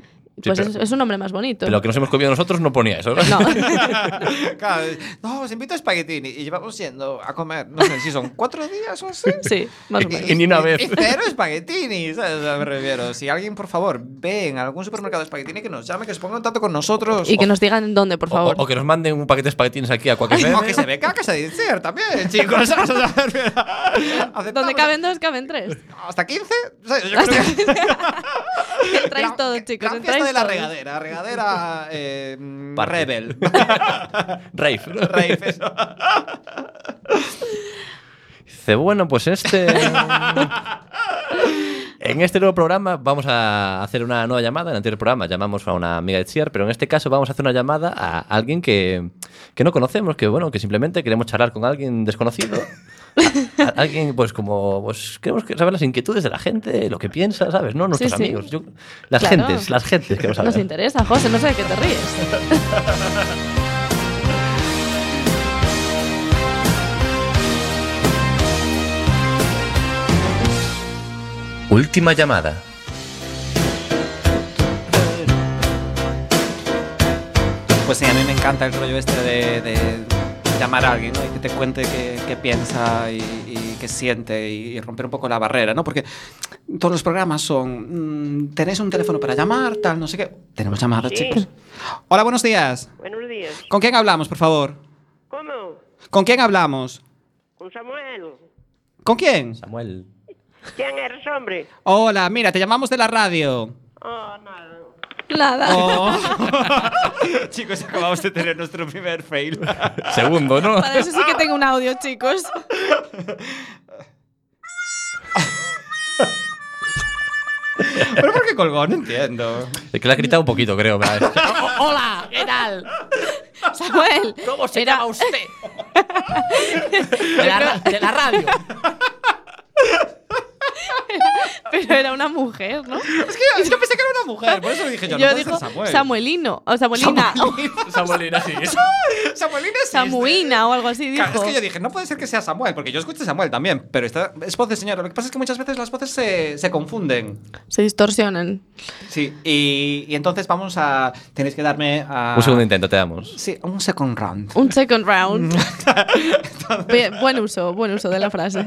S5: Pues
S3: pero-
S5: es, es un nombre más bonito.
S3: pero lo que nos hemos comido nosotros no ponía eso. ¿no?
S5: No. (laughs)
S4: Claro, no, os invito a espaguetini y llevamos yendo a comer, no sé si son cuatro días o así.
S5: sí, más o menos.
S3: Y ni una
S4: Y-
S3: vez.
S4: y Cero espaguetini, ¿sabes? A Me refiero. Si alguien, por favor, ve en algún supermercado espaguetini que nos llame, que se ponga en contacto con nosotros.
S5: Y que nos digan dónde, por
S3: O, o-
S5: favor.
S3: o que nos manden un paquete de espaguetines aquí a cualquier
S4: O que se ve caca, se dice también, chicos. ¿sabes? O sea, me refiero.
S5: Donde
S4: Aceptamos
S5: caben dos, caben tres.
S4: ¿Hasta 15? ¿sabes? Yo creo que- (laughs)
S5: Entráis
S4: Gran-
S5: todos,
S4: gran
S5: chicos.
S4: fiesta
S5: Entráis
S4: de la
S5: todos.
S4: regadera, regadera eh, mm,
S3: Party.
S4: rebel.
S3: (laughs) Rave. ¿no?
S4: Rave, eso.
S3: Dice, bueno, pues
S5: (laughs)
S3: este. En este nuevo programa vamos a hacer una nueva llamada. En el anterior programa llamamos a una amiga de Chiar, pero en este caso vamos a hacer una llamada a alguien que, que no conocemos, que bueno, que simplemente queremos charlar con alguien desconocido. A- a- alguien, pues como, pues queremos que- saber las inquietudes de la gente, lo que piensa, ¿sabes? No nuestros
S5: Sí, sí.
S3: amigos. Yo- las
S5: Claro.
S3: gentes, las gentes que
S5: Nos interesa, José, no sé de qué te ríes.
S1: Última llamada.
S4: Pues sí, a mí me encanta el rollo este de, de llamar a alguien ¿no? y que te cuente qué, qué piensa y, y qué siente y, romper un poco la barrera, ¿no? Porque todos los programas son, mm, tenéis un teléfono para llamar, tal, no sé qué. Tenemos llamadas, chicos. Hola, buenos días.
S10: Buenos días.
S4: ¿Con quién hablamos, por favor?
S10: ¿Cómo?
S4: ¿Con quién hablamos?
S10: ¿Con Samuel?
S4: ¿Con quién?
S3: Samuel.
S10: ¿Quién eres, hombre?
S4: Hola, mira, te llamamos de
S10: (laughs)
S4: la radio.
S10: Oh, nada.
S4: Oh.
S5: Nada.
S4: (laughs) Chicos, acabamos de tener nuestro primer fail.
S3: Segundo, ¿no?
S5: Para eso sí que tengo un audio, chicos.
S4: ¿Pero por qué colgó? No entiendo.
S3: Es que le ha gritado un poquito, creo.
S5: (laughs)
S3: ¿verdad?
S5: Hola, ¿qué tal? Samuel. ¿Cómo se llama usted? (laughs) de, la, radio. (laughs) Pero era una mujer, ¿no?
S4: Es que yo pensé que era una mujer, por eso dije yo.
S5: Yo
S4: no
S5: digo
S4: puede ser Samuel.
S5: Samuelino o (laughs) Samuelina.
S3: Samuelina, sí.
S4: (laughs) Samuelina es
S5: Samuina o algo así dijo.
S4: Claro, es que yo dije, no puede ser que sea Samuel, porque yo escuché Samuel también, pero esta es voz de señora. Lo que pasa es que muchas veces las voces se, se confunden.
S5: Se distorsionan.
S4: Sí, y, y entonces vamos a. Tenéis que darme a.
S3: Un segundo intento, te damos.
S4: Sí, un second round. (laughs)
S5: Un second round.
S4: Mm.
S5: (laughs) Bien, buen uso, buen uso de la frase.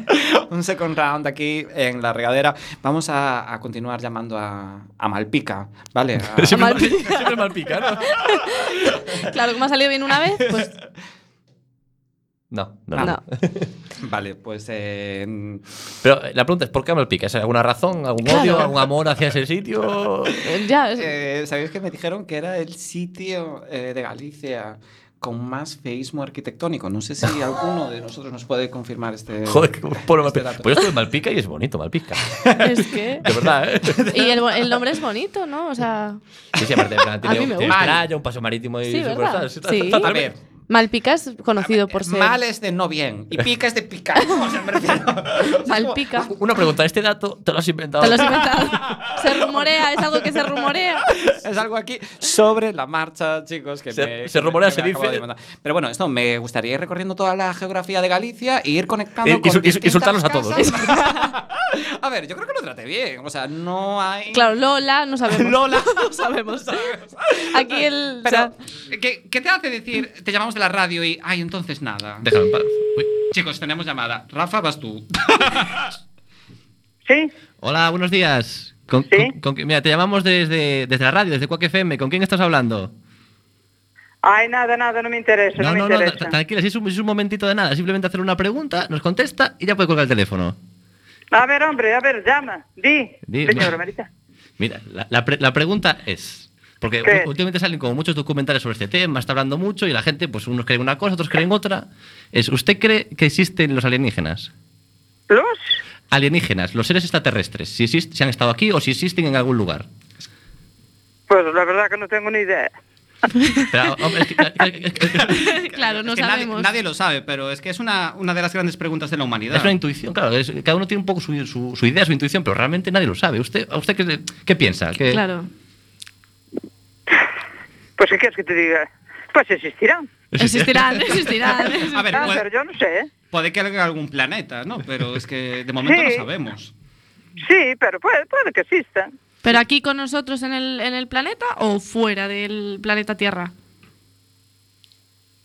S4: un second round aquí en la regadera. Vamos a, a continuar llamando a, a Malpica,
S3: (laughs)
S4: ¿vale? A-
S5: Siempre mal-
S3: siempre mal pica, ¿no?
S5: Claro, como ha salido bien una vez, pues
S3: No, no,
S5: no.
S4: Vale, pues. eh,
S3: Pero eh, la pregunta es, ¿por qué mal pica? ¿Es alguna razón, algún
S5: Claro.
S3: odio, algún amor hacia ese sitio?
S5: Eh, (laughs)
S3: Ah,
S5: Ya, es-
S4: eh, ¿Sabéis que me dijeron que era el sitio eh, de Galicia con más feísmo arquitectónico? No sé
S3: (laughs)
S4: si alguno de nosotros nos puede confirmar este.
S3: Joder, qué pueblo mal
S4: este
S3: pica.
S4: dato.
S3: Pues yo estuve en Malpica y es bonito Malpica.
S5: es (laughs) que.
S3: De verdad, ¿eh?
S5: Y el, bo- el nombre es bonito, ¿no? O sea.
S3: Sí, sí, aparte, en plan, tiene,
S5: mí
S3: un-
S5: me
S3: tiene
S5: gusta.
S3: playa, un paso marítimo y...
S5: Sí,
S3: super-
S5: ¿verdad?
S3: está- está-
S5: Sí.
S3: está- está-
S4: A ver.
S5: Malpica es conocido por
S3: pues, eh,
S5: ser.
S4: Mal es de no bien y pica es de picar. O sea, me refiero-
S3: (laughs)
S5: Malpica.
S3: Una pregunta, ¿este dato te lo has inventado?
S5: Te lo has inventado. Se rumorea, es algo que se rumorea.
S4: Es algo aquí sobre la marcha, chicos. Que
S3: Se-
S4: me-
S3: se
S4: que
S3: rumorea,
S4: me
S3: se
S4: acabo
S3: dice.
S4: de mandar. Pero bueno, esto me gustaría ir recorriendo toda la geografía de Galicia e ir conectando.
S3: Eh, Y- y
S4: con
S3: su- y su-
S4: distintas
S3: insultarlos a todos. (laughs)
S4: casas. A ver, yo creo que lo traté bien. O sea, no hay.
S5: Claro, Lola, no
S3: (laughs)
S5: sabemos.
S4: Lola, no sabemos.
S5: Aquí el. o
S4: Pero,
S5: sea,
S4: ¿qué, qué te hace decir? Te llamamos de la radio y. Ay, entonces nada.
S1: Déjame en paz. Uy.
S4: Chicos, tenemos llamada. Rafa, vas tú.
S10: ¿Sí?
S3: Hola, buenos días. Con-
S10: Sí.
S3: con- con- mira, te llamamos desde, desde la radio, desde Quack FM. ¿Con quién estás hablando?
S10: Ay, nada, nada, no me interesa, no, me
S3: no,
S10: interesa.
S3: tra- tranquila, si es, un, si es un momentito de nada. Simplemente hacer una pregunta, nos contesta y ya puede colgar el teléfono.
S10: a ver, hombre, a ver, llama. Di.
S3: Di,
S10: Señora
S3: va.
S10: Marita.
S3: Mira, la, la pre- la pregunta es. Porque
S10: ¿Qué?
S3: u- últimamente salen como muchos documentales sobre este tema, está hablando mucho y la gente, pues unos creen una cosa, otros creen otra. Es, ¿Usted cree que existen los alienígenas?
S10: ¿Los?
S3: Alienígenas, los seres extraterrestres, si, exist- si han estado aquí o si existen en algún lugar.
S10: Pues la verdad que no tengo ni idea.
S3: Pero, (laughs) hombre, es que- es que-
S5: claro, no
S4: Es que nadie-
S5: sabemos.
S4: Nadie, lo sabe, pero es que es una, una de las grandes preguntas de la humanidad.
S3: Es
S10: (laughs)
S3: una intuición, claro. es- cada uno tiene un poco su, su- su idea, su intuición, pero realmente nadie lo sabe. ¿Usted, ¿a usted qué, qué piensa? ¿Qué-
S5: Claro.
S10: Pues, ¿qué quieres que te diga? Pues existirán.
S4: Eh,
S5: Existirán, existirán.
S4: A ver,
S10: Ah, pero
S4: puede,
S10: yo no sé, ¿eh?
S4: puede que haya algún planeta, ¿no? Pero es que de momento no
S10: Sí.
S4: sabemos.
S10: Sí, pero puede, puede que existan.
S5: ¿Pero aquí con nosotros en el, en el planeta o fuera del planeta Tierra?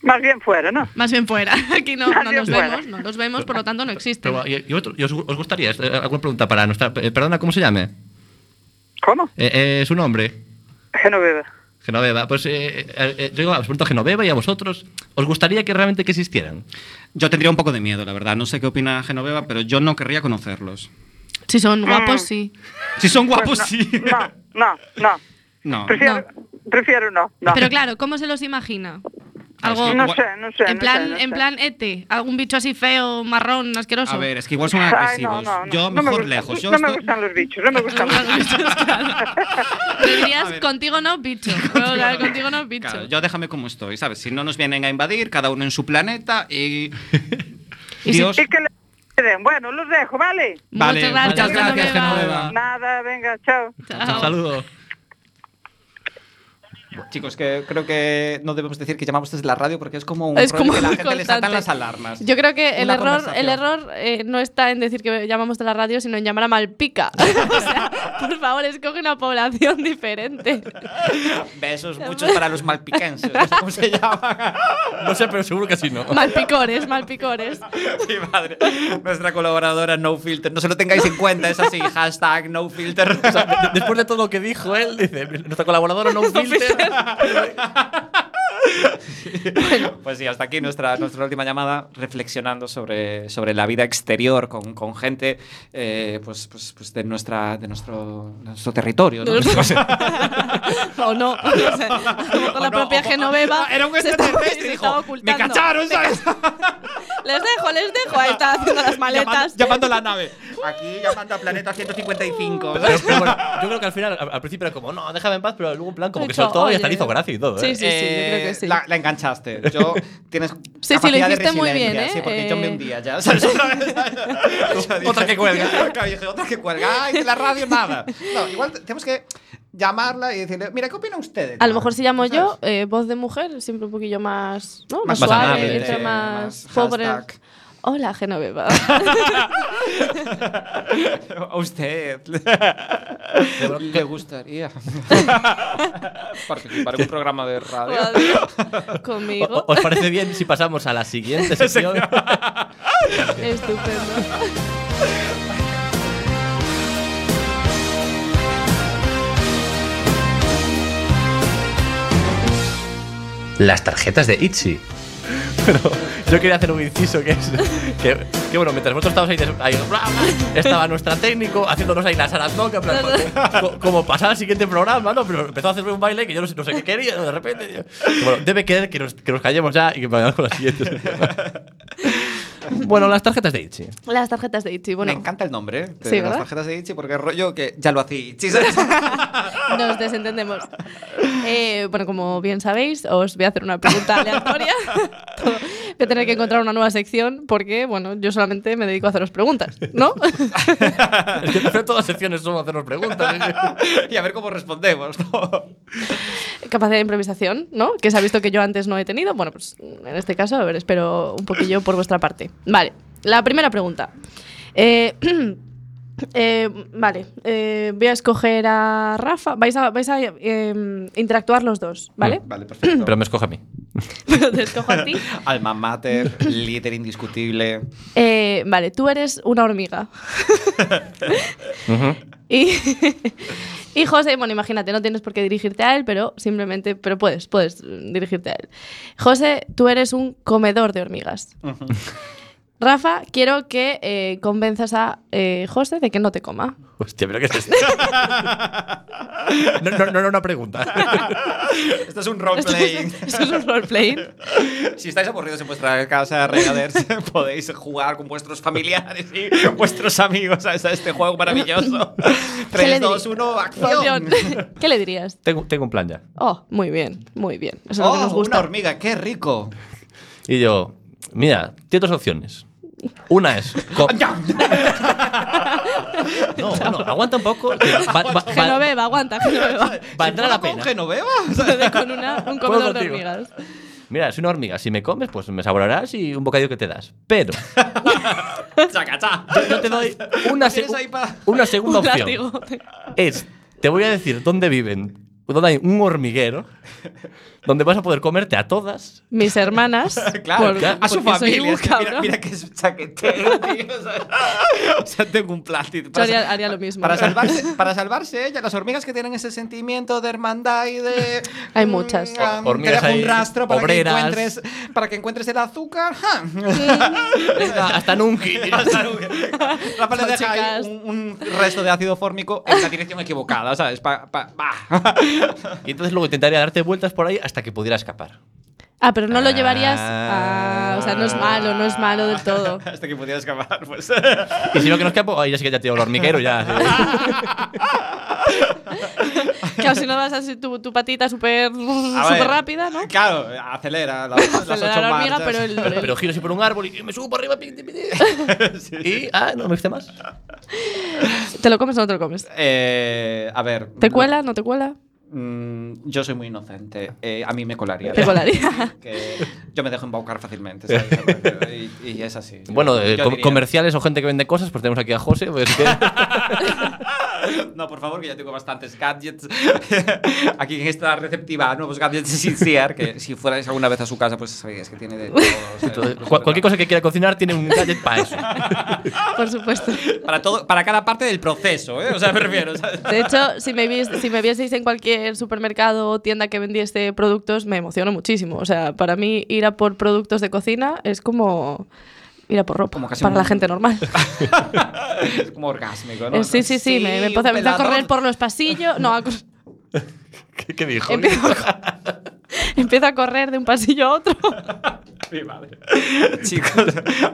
S10: Más bien fuera, ¿no?
S5: Más
S10: (laughs)
S5: bien fuera. Aquí no,
S10: Más
S5: no
S10: bien
S5: los
S10: fuera.
S5: vemos, no los vemos, por lo tanto no existen.
S3: Pero, ¿y- y otro- y os, os gustaría eh, alguna pregunta para nuestra... eh, Perdona, ¿cómo se llama?
S10: ¿Cómo?
S3: Eh, eh, su nombre.
S10: Genoveva.
S3: Genoveva. Pues eh, eh, eh, yo os pregunto a Genoveva y a vosotros. ¿Os gustaría que realmente que existieran?
S4: Yo tendría un poco de miedo, la verdad. No sé qué opina Genoveva, pero yo no querría conocerlos.
S5: Si son
S10: Mm.
S5: guapos, sí.
S4: Si son guapos,
S10: Pues no,
S4: sí.
S10: No, no, no.
S4: (laughs) No.
S10: Prefiero prefiero no. no.
S5: Pero claro, ¿cómo se los imagina?
S4: Claro, Ah, es
S5: Algo
S4: que
S10: No
S4: igual-
S10: sé, no sé.
S5: en
S10: no
S5: plan,
S10: sé, no
S5: en
S10: sé.
S5: plan ET, algún bicho así feo, marrón, asqueroso.
S4: A
S5: (laughs)
S4: ver, es que igual son
S10: Ay,
S4: agresivos.
S10: no, no, no.
S4: Yo
S10: no me
S4: mejor
S10: gustan-
S4: lejos. Yo
S10: no me
S4: estoy- (laughs)
S10: gustan los bichos, no me gustan los bichos.
S5: Le dirías, contigo no,
S4: (laughs)
S5: bicho. O sea, contigo no, bicho.
S4: Claro, yo déjame como estoy, ¿sabes? Si no nos vienen a invadir, cada uno en su planeta y... Dios...
S10: Y que le den. Bueno, los dejo, ¿vale?
S4: Vale,
S5: muchas gracias,
S4: muchas gracias,
S5: Genoveva.
S4: Genoveva.
S10: Nada, venga, chao.
S5: Chao.
S3: Un saludo.
S4: Chicos, que creo que no debemos decir que llamamos desde la radio porque es como un
S5: Es
S4: rollo
S5: como
S4: que la
S5: muy
S4: gente le saltan
S5: constante.
S4: las alarmas.
S5: Yo creo que el
S4: Una
S5: error, el
S4: conversación.
S5: error eh, no está en decir que llamamos de la radio, sino en llamar a Malpica. (laughs) o sea, por favor, escoge una población diferente.
S4: Besos muchos para los malpiquenses, no sé cómo se llaman.
S3: No sé, pero seguro que sí, (laughs) ¿no?
S5: Malpicores, malpicores.
S4: (laughs) Sí, madre. Nuestra colaboradora No Filter. No se lo tengáis en cuenta, es así. Hashtag No Filter.
S3: O sea, de- después de todo lo que dijo él, dice, nuestra colaboradora (laughs) no filter.
S4: (laughs) Pues sí, hasta aquí nuestra, nuestra última llamada, reflexionando sobre, sobre la vida exterior con, con gente eh, pues, pues, pues de, nuestra, de nuestro, nuestro territorio. (laughs) ¿no? Pues, (laughs)
S5: o no, no sé. A lo mejor la
S4: O no,
S5: propia
S4: o-
S5: Genoveva.
S4: Era un
S5: se estaba-
S4: extraterrestre,
S5: se
S4: dijo,
S5: estaba ocultando.
S4: Me cacharon, (laughs) ¿sabes?
S5: Les dejo, les dejo. Ahí están haciendo las maletas.
S4: Llamando, llamando a la nave. Aquí llamando a Planeta (laughs) 155.
S3: Pero- Pues, pero bueno, yo creo que al final, al al principio era como, no, déjame en paz, pero luego en plan como que
S5: Dicho,
S3: soltó y hasta
S5: "Oye".
S3: le hizo gracia y todo. ¿eh?
S5: Sí, sí, sí, yo creo que
S4: Eh,
S5: sí.
S4: La, la enganchaste. Yo tienes.
S5: (laughs) sí, lo
S4: capacidad de
S5: hiciste muy bien,
S4: resiliencia,
S5: ¿eh?
S4: Sí, porque yo me
S5: Eh,
S4: hundía
S5: (laughs)
S4: ya. ¿sabes? (laughs) Otra vez.
S3: Otra que
S4: (laughs)
S3: cuelga.
S4: Otra, dije, otra que cuelga. Ay, de la radio nada. No, igual t- tenemos que llamarla y decirle, mira, ¿qué opinan ustedes?
S5: A lo mejor si llamo
S4: Ah, ¿Sabes?
S5: yo, eh, voz de mujer, siempre un poquillo más, ¿no? más,
S3: Más
S5: suave,
S3: amable,
S5: entre
S3: sí,
S5: más,
S4: más
S5: pobre.
S4: hashtag.
S5: Hola, Genoveva.
S4: (laughs) A usted. Le (laughs) gustaría participar en un programa de radio.
S5: Joder,
S3: O- o-
S5: Conmigo.
S3: ¿Os parece bien si pasamos a la
S5: (laughs)
S3: siguiente sección?
S5: Estupendo.
S1: Las tarjetas de Itchy.
S3: Yo quería hacer un inciso que es. Que, que bueno, mientras vosotros estabais ahí, des- ahí, bla, bla, estaba nuestra técnico haciéndonos ahí la zarandoca, en plan, co- co- como pasar al siguiente programa, ¿no? Pero empezó a hacerme un baile que yo no sé, no sé qué quería, de repente. yo- bueno, debe querer que nos, que nos callemos ya y que vayamos con la siguiente. bueno, las tarjetas de Itchy.
S5: Las tarjetas de Itchy. Bueno,
S4: Me encanta el nombre ¿eh? de
S5: Sí,
S4: las
S5: ¿verdad?
S4: tarjetas de Itchy porque es rollo que ya lo hacía Itchy. ¿sabes? (laughs)
S5: nos desentendemos. Eh, bueno, como bien sabéis, os voy a hacer una pregunta aleatoria. Todo- voy a tener que encontrar una nueva sección porque, bueno, yo solamente me dedico a haceros preguntas, ¿no?
S3: Es que en todas las secciones solo hacernos preguntas. ¿eh?
S4: y a ver cómo respondemos. ¿no?
S5: Capacidad de improvisación, ¿no? Que se ha visto que yo antes no he tenido. Bueno, pues en este caso, a ver, espero un poquillo por vuestra parte. Vale, la primera pregunta. Eh, (clears throat) Eh, vale, eh, voy a escoger a Rafa. Vais a, vais a eh, interactuar los dos, ¿vale? (laughs)
S4: Vale, perfecto.
S3: Pero me escoge a mí.
S5: Pero te escojo a ti.
S4: Alma mater, líder indiscutible.
S5: Eh, vale, tú eres una hormiga.
S3: Ujú.
S5: (laughs) Y, y José, bueno, imagínate, no tienes por qué dirigirte a él, pero simplemente, pero puedes, puedes mm, dirigirte a él. José, tú eres un comedor de hormigas. Rafa, quiero que eh, convenzas a eh, José de que no te coma.
S3: Hostia, pero ¿qué es (laughs) esto? no, no, no era una pregunta.
S4: Esto es un roleplaying.
S5: (laughs) Eso es
S4: (laughs)
S5: un roleplaying.
S4: si estáis aburridos en vuestra casa
S5: (laughs)
S4: regaders, podéis jugar con vuestros familiares y vuestros amigos a esta- este juego
S5: (laughs)
S4: maravilloso.
S5: ¿Qué le
S4: 3,
S5: diría?
S4: 2, 1, (laughs) acción.
S5: (laughs) ¿Qué le dirías?
S3: tengo, tengo un plan ya.
S5: Oh, muy bien, muy bien. Eso es lo que nos
S4: Oh, una
S5: gusta.
S4: hormiga, qué rico.
S3: Y yo, mira, tienes dos opciones. Una es. co- no, bueno, aguanta un poco. que va- va-
S5: (laughs)
S3: va-
S5: Genoveva, aguanta,
S4: (laughs)
S5: Genoveva.
S3: valdrá la
S4: ¿Con
S3: pena.
S4: Genoveva?
S5: Con una- un comedor de
S3: contigo.
S5: hormigas.
S3: Mira, soy una hormiga. Si me comes, pues me saborarás y un bocadillo que te das. Pero
S4: (laughs) Chaca, cha.
S3: yo te doy una, segu-
S4: Tienes ahí para-
S3: una segunda
S5: (laughs) Un
S3: opción.
S5: látigo.
S3: Es, te voy a decir dónde viven, dónde hay un hormiguero, donde vas a poder comerte a todas.
S5: mis hermanas.
S4: (laughs) Claro,
S5: por-
S4: claro, a su
S5: porque soy
S4: familia.
S5: un
S4: es que mira,
S5: cabrón.
S4: mira que es chaquetero, tío. O sea, o sea, (laughs) tengo un platito.
S5: Yo haría, haría lo mismo.
S4: Para salvarse, para salvarse ella, las hormigas que tienen ese sentimiento de hermandad y de.
S5: (laughs) Hay muchas.
S4: mm, ah,
S3: Hormigas
S4: te dejo
S3: hay
S4: un rastro para que,
S3: obreras.
S4: encuentres, para que encuentres el azúcar. (laughs) ja.
S3: eh, Hasta, hasta nunca.
S4: (laughs) Rafa le
S5: Son
S4: deja
S5: chicas.
S4: ahí un, un resto de ácido fórmico en la dirección equivocada, ¿sabes? Pa- pa- bah.
S3: Y entonces luego intentaría darte vueltas por ahí hasta que pudiera escapar.
S5: (laughs) Ah, pero no lo llevarías.
S3: Ah.
S5: Ah, o sea, no es malo, no es malo del todo.
S4: (laughs) Hasta que pudiera escapar,
S5: (laughs)
S4: pues.
S3: Y si veo que no escapo, ahí ya sí que ya te digo el hormiguero, ya. eh. sí.
S5: Claro, si no vas así tu, tu patita
S4: A
S5: súper
S4: ver,
S5: súper rápida, ¿no?
S4: Claro, acelera la, las ocho
S5: Acelerar la hormiga,
S4: marchas.
S5: pero el.
S3: Pero,
S5: el-
S3: pero giro así por un árbol y me subo para arriba. pi, pi, pi, pi. (laughs) Y, ah, no me viste más.
S5: ¿Te lo comes o no te lo comes?
S4: Eh, a ver.
S5: ¿Te cuela? ¿No te cuela?
S4: Mm, yo soy muy inocente. Eh, a mí me colaría.
S5: Te colaría.
S4: (laughs) Que yo me dejo embaucar fácilmente. ¿sabes? y, y es así.
S3: Bueno, eh,
S4: Yo
S3: com-
S4: diría-
S3: comerciales o gente que vende cosas, pues tenemos aquí a José. pues,
S4: (laughs)
S3: que-
S4: No, por favor, que ya tengo bastantes gadgets. (laughs) Aquí en esta receptiva, a nuevos gadgets sin sear. Que si fuerais alguna vez a su casa, pues sabéis que tiene de todo, ¿sabes?
S3: Entonces, cu- cualquier cosa que quiera cocinar tiene un gadget para
S4: (laughs)
S3: eso.
S5: Por supuesto.
S4: Para, todo, para cada parte del proceso, ¿eh? O sea, me refiero. ¿sabes?
S5: De hecho, si me, vies- si me vieseis en cualquier supermercado o tienda que vendiese productos, me emociono muchísimo. O sea, para mí ir a por productos de cocina es como ir a por ropa
S4: Como casi
S5: para
S4: un-
S5: la gente
S4: (laughs)
S5: normal.
S4: es como orgásmico, ¿no?
S5: Eh, sí, sí, sí, me, me
S4: un
S5: empezó- empecé a
S4: pelador.
S5: correr por los pasillos. No,
S4: (laughs)
S5: a cor-
S3: ¿Qué, dijo?
S5: empiezo, a cor- (laughs) empiezo a correr de un pasillo a otro. (laughs)
S4: Mi madre. (laughs) Chicos,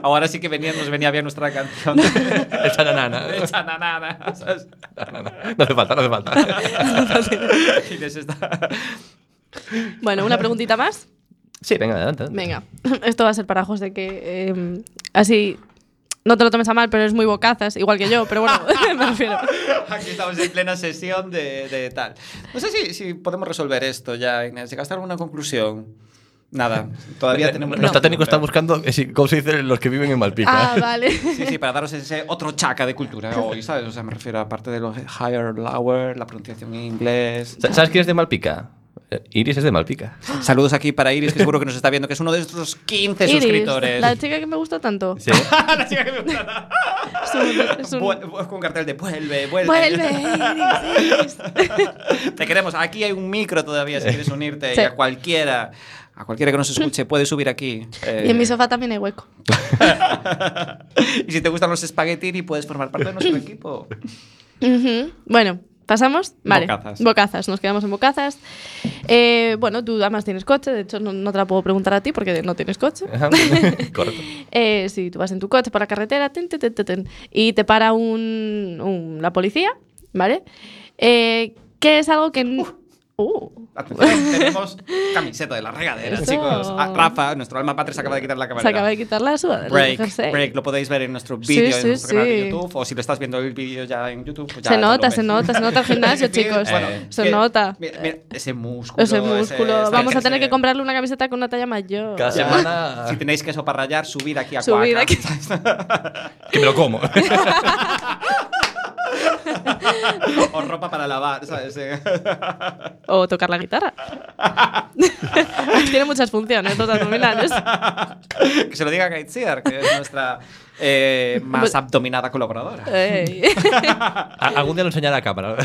S4: ahora sí que venía, nos venía bien nuestra canción.
S3: El chananana.
S4: De chananana, ¿sabes?
S3: No hace falta, no hace falta.
S4: (laughs) Y les está-
S5: Bueno, una preguntita más.
S3: Sí, venga, adelante.
S5: Venga, esto va a ser para José, que eh, así no te lo tomes a mal, pero es muy bocazas, igual que yo, pero bueno, (laughs) me
S4: (laughs)
S5: refiero.
S4: Aquí estamos en plena sesión de, de tal. No sé si, si podemos resolver esto ya, Inés. ¿Llegaste a alguna conclusión? Nada, todavía tenemos...
S3: Nuestro
S4: no.
S3: técnico Eh, está buscando eh, si- cómo se dicen los que viven en Malpica.
S5: Ah, vale.
S4: Sí, sí, para daros ese otro chaca de cultura hoy, ¿sabes? O sea, me refiero a parte de los higher, lower, la pronunciación en inglés.
S3: Sa- ¿Sabes quién es de Malpica? Eh, Iris es de Malpica.
S4: Saludos aquí para Iris, que seguro que nos está viendo, que es uno de nuestros 15
S5: Iris,
S4: suscriptores.
S5: la chica que me gusta tanto.
S3: Sí.
S4: (laughs) La chica que me gusta.
S5: Es un-
S4: (laughs)
S5: es un-
S4: Vuel- vuel- con cartel de vuelve, vuelve.
S5: Vuelve, Iris,
S4: (laughs) Te queremos. Aquí hay un micro todavía si quieres unirte.
S5: Sí.
S4: Y a cualquiera, a cualquiera que nos
S5: (laughs)
S4: escuche, puedes subir aquí. Eh,
S5: Y en mi sofá también hay hueco.
S4: y si te gustan los espaguetini, puedes formar parte de
S5: (laughs)
S4: nuestro equipo.
S5: Ujú. Bueno, ¿pasamos? Vale.
S4: Bocazas.
S5: nos quedamos en bocazas. Eh, bueno, tú además tienes coche, de hecho no, no te la puedo preguntar a ti porque no tienes coche.
S4: (laughs)
S3: Ajá, Correcto.
S5: (laughs) Eh, si tú vas en tu coche por la carretera tin, tin, tin, tin, tin, y te para un, un- la policía, ¿vale? Eh, que es algo que... n- Uh.
S4: Atención, tenemos camiseta de la regadera,
S5: Eso.
S4: chicos. Ah, Rafa, nuestro alma patria, se acaba de quitar la
S5: se
S4: camarera.
S5: acaba de quitar la sudadera. del
S4: Break,
S5: jersey.
S4: break, lo podéis ver en nuestro
S5: Sí,
S4: vídeo, en
S5: sí,
S4: nuestro canal de
S5: sí.
S4: YouTube, o si lo estás viendo el vídeo ya en YouTube. pues ya-
S5: Se
S4: ya lo
S5: nota,
S4: ves.
S5: se nota, se nota
S4: (laughs)
S5: el gimnasio, chicos.
S4: Bueno,
S5: se
S4: mira,
S5: nota.
S4: Mira, mira, ese músculo.
S5: Ese músculo.
S4: ese-
S5: Vamos a tener
S4: ese-
S5: que comprarle una camiseta con una talla mayor.
S3: Cada semana.
S4: Si tenéis queso para rayar, subir aquí a
S5: Subid
S4: Cuaca.
S5: aquí.
S3: Que me lo como.
S4: (laughs) o ropa para lavar, ¿sabes? Eh,
S5: O tocar la guitarra. Tiene muchas funciones los abdominales.
S4: (laughs) que se lo diga a Kate Sear, que es nuestra eh, más abdominada colaboradora.
S5: Eh. Ey.
S3: A- Algún día lo enseñará a cámara.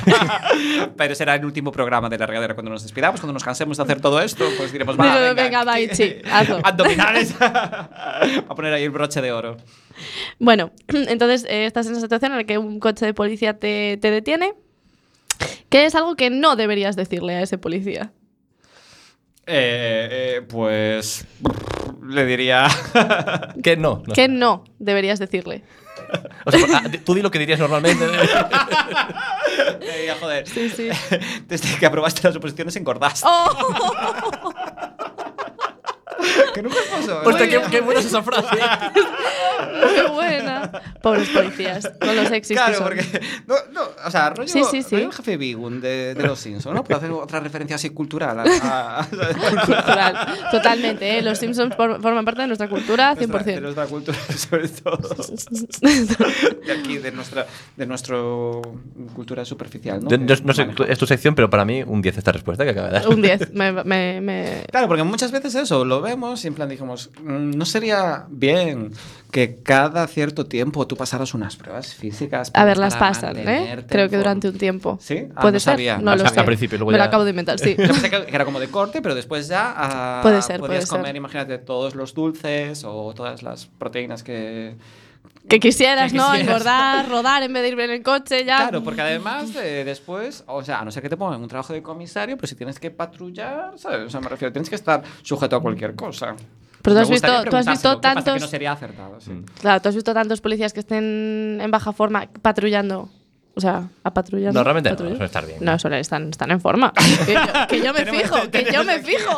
S4: Pero será el último programa de la regadera cuando nos despidamos, cuando nos cansemos de hacer todo esto, pues diremos, va,
S5: Digo,
S4: venga,
S5: venga, va, Ichi, hazlo.
S4: (laughs) abdominales. Va a poner ahí el broche de oro.
S5: Bueno, entonces eh, estás en esa situación en la que un coche de policía te, te detiene, que es algo que no deberías decirle a ese policía.
S4: Eh, eh, pues le diría
S3: (laughs)
S4: (laughs)
S3: que no. no.
S5: Que no deberías decirle.
S3: O sea, ah, tú di lo que dirías normalmente.
S4: le diría, joder
S5: Sí, sí.
S4: (laughs) desde que aprobaste las oposiciones engordaste
S5: ¡Oh!
S4: (laughs) que nunca ¿eh? pasó
S5: Pues
S3: Hostia, Pues qué, qué buena es esa frase.
S5: (laughs) ¡Qué buena! Pobres policías, con los sexys que
S4: Claro,
S5: son.
S4: porque. No, no, o sea, rollo,
S5: Sí, sí, sí.
S4: rollo el jefe Bigun de, de los Simpsons, ¿no? Para hacer otra referencia así cultural. a- a-
S5: (laughs) Cultural. Totalmente, ¿eh? los Simpsons por- forman parte de nuestra cultura
S4: De
S5: 100%.
S4: nuestra cultura, (laughs) sobre todo. De aquí, de nuestra de nuestro cultura superficial, ¿no?
S3: Yo, yo no sé,
S4: Vale.
S3: tú- es tu sección, pero para mí un 10 esta respuesta que acaba de dar.
S5: Un 10. Me, me, me-
S4: Claro, porque muchas veces eso lo vemos y en plan dijimos, "Mm, ¿no sería bien que cada cierto tiempo tú pasaras unas pruebas físicas?
S5: A ver, las
S4: para
S5: pasan, ¿eh?
S4: mantenerte
S5: Creo
S4: en
S5: que
S4: forma?"
S5: durante un tiempo.
S4: ¿Sí? Ah,
S5: ¿Puede
S4: no
S5: ser?
S4: sabía,
S5: no
S4: no
S5: lo
S4: sabía.
S5: sé.
S4: Al
S3: principio, luego
S5: me lo
S3: ya-
S5: acabo de inventar, sí.
S4: Yo pensé (laughs) que que era como de corte, pero después ya ah,
S5: Puede ser, puede
S4: podías
S5: ser.
S4: comer, imagínate, todos los dulces o todas las proteínas que...
S5: Que quisieras,
S4: Que
S5: ¿no?
S4: quisieras.
S5: Engordar, rodar en vez de ir en el coche, ya.
S4: Claro, porque además eh, después, o sea, a no ser que te pongan un trabajo de comisario, pero si tienes que patrullar, ¿sabes? O sea, me refiero, tienes que estar sujeto a cualquier cosa.
S5: Pero tú
S4: Me
S5: has visto-
S4: gustaría
S5: tú has visto
S4: preguntárselo, ¿qué pasa? Que no
S5: tantos-
S4: sería acertado, sí.
S5: Claro, tú has visto tantos policías que estén en baja forma patrullando. O sea, a patrullar.
S3: No, realmente no,
S5: patrullar.
S3: suelen estar bien. ¿eh?
S5: No, suelen estar, están en forma. que, yo, que yo me
S4: (laughs) Tenemos- este,
S5: fijo, que
S4: tenemos
S5: yo me
S4: aquí- (laughs)
S5: fijo.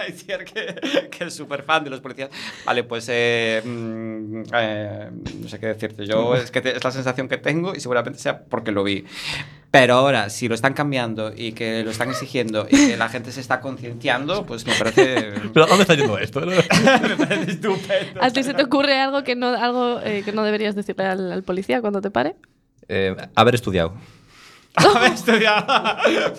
S4: Ay, sí, que, que es súper fan de los policías. Vale, pues eh, mm, eh, no sé qué decirte. Yo es que te- es la sensación que tengo y seguramente sea porque lo vi. Pero ahora, si lo están cambiando y que lo están exigiendo y que la gente se está concienciando, pues me
S5: (laughs)
S4: parece,
S3: Pero ¿a ¿dónde está yendo (laughs) esto?
S4: me parece estupendo. (laughs)
S5: ¿A ti se te ocurre algo que no, algo, eh, que no deberías decirle al, al policía cuando te pare?
S3: Eh, haber estudiado.
S4: Haber estudiado.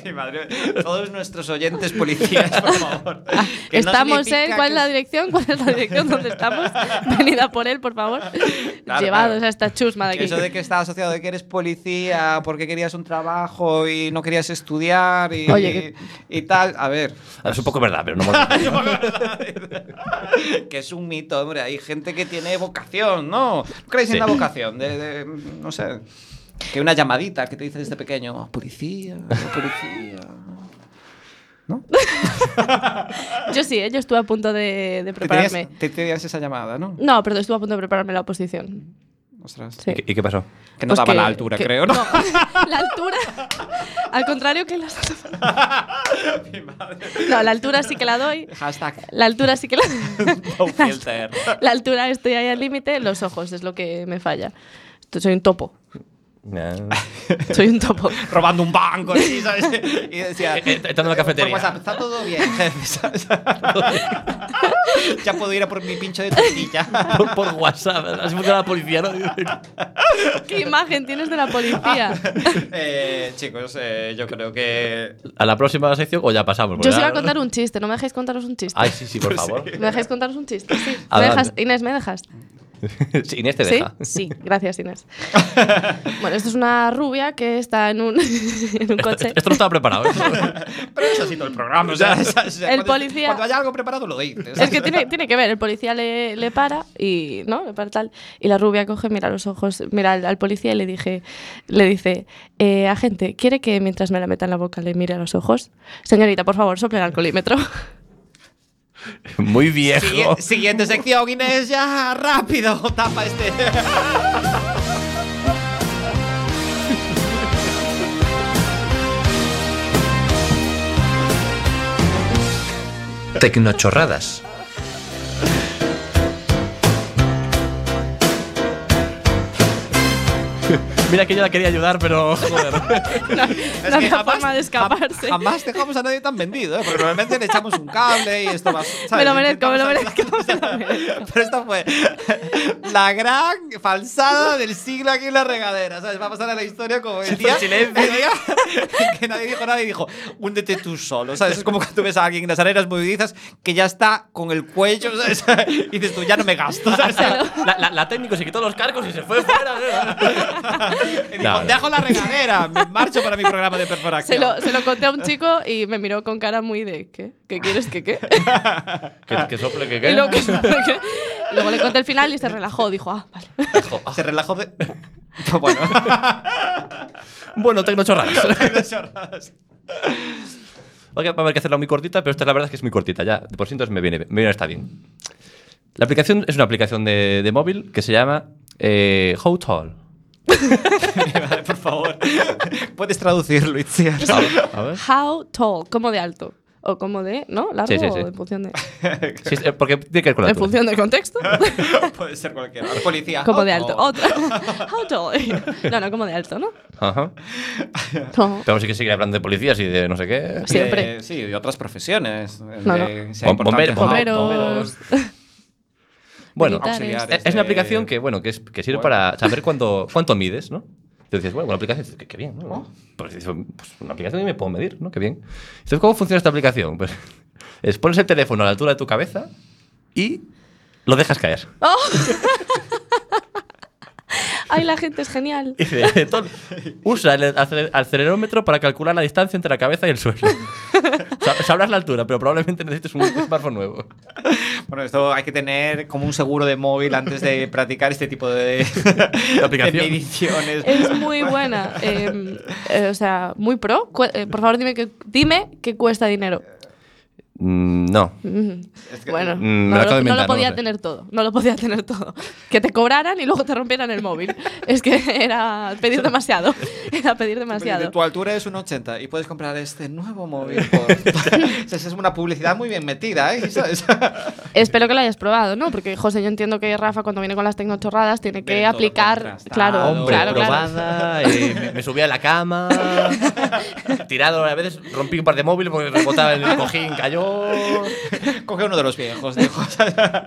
S4: (laughs) Mi madre. Todos nuestros oyentes policías, por favor. Ah, Que no
S5: (laughs) estamos en.
S4: significa
S5: ¿Cuál es la
S4: que-
S5: dirección? ¿Cuál es la dirección donde
S4: (laughs)
S5: estamos? Venida por él, por favor. Llevados
S4: claro.
S5: a esta chusma de
S4: Que
S5: aquí.
S4: Eso de que está asociado de que eres policía porque querías un trabajo y no querías estudiar y,
S5: Oye,
S4: y tal. A ver,
S3: Ah, Es un poco verdad, pero no me
S4: que es un mito, hombre. Hay gente que tiene vocación, ¿no? ¿No creéis
S3: Sí.
S4: en la vocación? De, de- no sé. Que una llamadita que te dice desde pequeño, "Oh, policía, oh, policía.
S5: Yo sí, ¿eh? yo estuve a punto de, de
S4: Te tenías,
S5: prepararme.
S4: te tenías esa llamada, ¿no?
S5: No, pero estuve a punto de prepararme la oposición.
S4: Ostras.
S5: Sí.
S3: (laughs) ¿Y qué pasó?
S4: Que no
S5: Pues
S4: daba
S5: que-
S4: la altura,
S5: que-
S4: creo, ¿no?
S5: (laughs) la altura. Al contrario que las.
S4: (laughs)
S5: No, la altura sí que la doy.
S4: Hashtag.
S5: (laughs) La altura sí
S4: (laughs)
S5: que (laughs) la.
S4: no filter.
S5: La altura estoy ahí al límite. Los ojos es lo que me falla. Esto- Soy un topo.
S3: Nah.
S5: Soy un topo.
S4: robando un banco, ¿sí? ¿sabes? Y decía,
S3: Eh, eh, (laughs) entrando en la
S4: eh,
S3: cafetería.
S4: por WhatsApp, está todo
S3: (laughs)
S4: bien, jefe, ¿sabes? (laughs) ya puedo ir a por mi pincho de tortilla.
S3: (laughs) Por, por WhatsApp. Así funciona la policía, (laughs) ¿no?
S5: (laughs) ¿Qué imagen tienes de la policía?
S4: Eh, chicos, eh, yo creo que...
S3: A la próxima sección o ya pasamos.
S5: (laughs) Yo
S3: porque
S5: os iba a
S3: ya-
S5: contar un chiste. ¿No me dejáis contaros un chiste?
S3: Ay, sí, (laughs) sí, por favor.
S5: ¿Me dejáis contaros un chiste?
S3: (laughs)
S5: Sí. ¿Me
S3: Adelante.
S5: dejas? Inés, ¿me dejas?
S3: Sí, Inés te
S5: ¿Sí?
S3: deja.
S5: Sí, gracias
S3: (laughs)
S5: Inés. bueno, esto es una rubia que está en un, (laughs) en un
S3: Esto,
S5: coche.
S3: esto no estaba preparado. ¿eh? esto.
S4: Pero eso ha sido el programa, o sea, o sea, o sea,
S5: El
S4: cuando-
S5: policía-
S4: Cuando haya algo preparado lo dices.
S5: Es que tiene, tiene que ver, el policía le, le para y no, le para tal y la rubia coge, mira los ojos, mira al, al policía y le dije, le dice, eh, agente, ¿quiere que mientras me la meta en la boca le mire a los ojos? Señorita, por favor, sople el alcoholímetro.
S3: (laughs) Muy viejo.
S4: Sigui- siguiente sección, Inés, ya, rápido, tapa este...
S1: Tecnochorradas.
S3: Mira que yo la quería ayudar, pero joder.
S5: (laughs) No había forma de escaparse.
S4: Jamás dejamos a nadie tan vendido, ¿eh? porque normalmente le echamos un cable y esto va. ¿sabes?
S5: Me lo merezco, me lo
S4: Intentamos
S5: merezco,
S4: ayudar.
S5: me lo merezco.
S4: Pero esta fue la gran falsada del siglo aquí en la regadera. ¿sabes? Va a pasar a la historia como el día, el día en (laughs) que nadie dijo nada y dijo, húndete tú solo. ¿sabes? Es como cuando ves a alguien en las arenas movedizas que ya está con el cuello ¿sabes? (laughs) y dices tú, ya no me gasto. ¿sabes?
S3: La, la- la técnico se quitó los cargos y se fue fuera. ¿eh?
S4: Y dijo,
S3: No, no.
S4: dejo la regadera, me marcho para mi programa de perforación.
S5: Se lo, se lo conté a un chico y me miró con cara muy de ¿qué? ¿Qué quieres que
S3: (laughs)
S5: qué?
S3: que, que sople, que
S5: Y
S3: qué.
S5: luego, que- que- luego le conté el final (laughs) y se relajó. Dijo, ah, vale.
S4: Se relajó de... (laughs) Bueno.
S3: Bueno, tecnochorradas.
S4: chorradas.
S3: Ok, va a haber que hacerla muy cortita, pero esta la verdad es que es muy cortita ya. De por ciento me viene, me viene está bien. La aplicación es una aplicación de, de móvil que se llama eh, How Tall.
S4: Vale, por favor. Puedes traducir, Luis. Sí,
S3: A ver, a
S5: (laughs)
S3: ver.
S5: How tall, como de alto. O como de, ¿no? Largo
S3: Sí, sí, sí.
S5: o en función de.
S3: Sí, es- eh, porque tiene que ver con la
S5: En
S3: altura.
S5: función del
S3: (laughs)
S5: contexto.
S4: (laughs) Puede ser cualquiera. Policía.
S5: como
S4: Oh,
S5: de alto.
S4: oh.
S5: (laughs) Otra. How tall. No, no, como de alto, ¿no?
S3: Ajá.
S5: No.
S3: Tenemos que seguir hablando de policías y de no sé qué.
S5: Sí. Siempre.
S4: Eh, sí, de otras profesiones.
S5: No,
S4: de-
S3: no.
S4: sea
S3: Bom-
S4: importante.
S3: bomberos,
S5: Bomberos.
S3: Bueno,
S5: Militares.
S3: Eh,
S4: Auxiliares
S3: Es una
S4: de-
S3: aplicación que, bueno, que, es- que sirve
S4: Bueno.
S3: para saber cuánto, cuánto mides, ¿no? Te dices, bueno, una aplicación, dices, qué, qué bien, ¿no? Pues, dices, pues, una aplicación y me puedo medir, ¿no? Qué bien. Entonces, ¿cómo funciona esta aplicación? Pues (laughs) es pones el teléfono a la altura de tu cabeza y lo dejas caer.
S5: Ay, la gente es genial.
S3: Y dice, "Entonces, usa el acel- acelerómetro para calcular la distancia entre la cabeza y el suelo. (laughs) Sa- Sabrás la altura, pero probablemente necesites un smartphone nuevo.
S4: Bueno, esto hay que tener como un seguro de móvil antes
S5: (laughs)
S4: de practicar este tipo de,
S3: aplicación.
S4: de mediciones.
S5: Es
S4: (laughs)
S5: muy buena. eh, eh, o sea, muy pro. Cu- eh, por favor, dime que, dime que cuesta dinero.
S3: Mm, no.
S5: Mm.
S4: Es que-
S5: bueno,
S3: Mm, me lo
S5: no,
S3: acabo de
S5: lo, no
S3: inventar,
S5: lo podía
S3: no lo sé.
S5: tener todo. No lo podía tener todo. Que te cobraran y luego te rompieran el móvil. es que era pedir demasiado. Era pedir demasiado.
S4: Tu altura es un 80 y puedes comprar este nuevo móvil.
S5: (laughs)
S4: Por... (laughs) O sea, es una publicidad muy bien metida, ¿eh? ¿Sabes? (laughs)
S5: Espero que lo hayas probado, ¿no? Porque, José, yo entiendo que Rafa, cuando viene con las tecnochorradas, tiene que
S4: Ver todo
S5: aplicar.
S4: contrastado.
S5: Claro,
S3: Hombre,
S5: claro, claro.
S3: probada, eh, me- me subía a la (laughs) cama, tirado, a veces rompí un par de móviles porque rebotaba en el cojín, cayó.
S4: Coge uno de los viejos, dijo.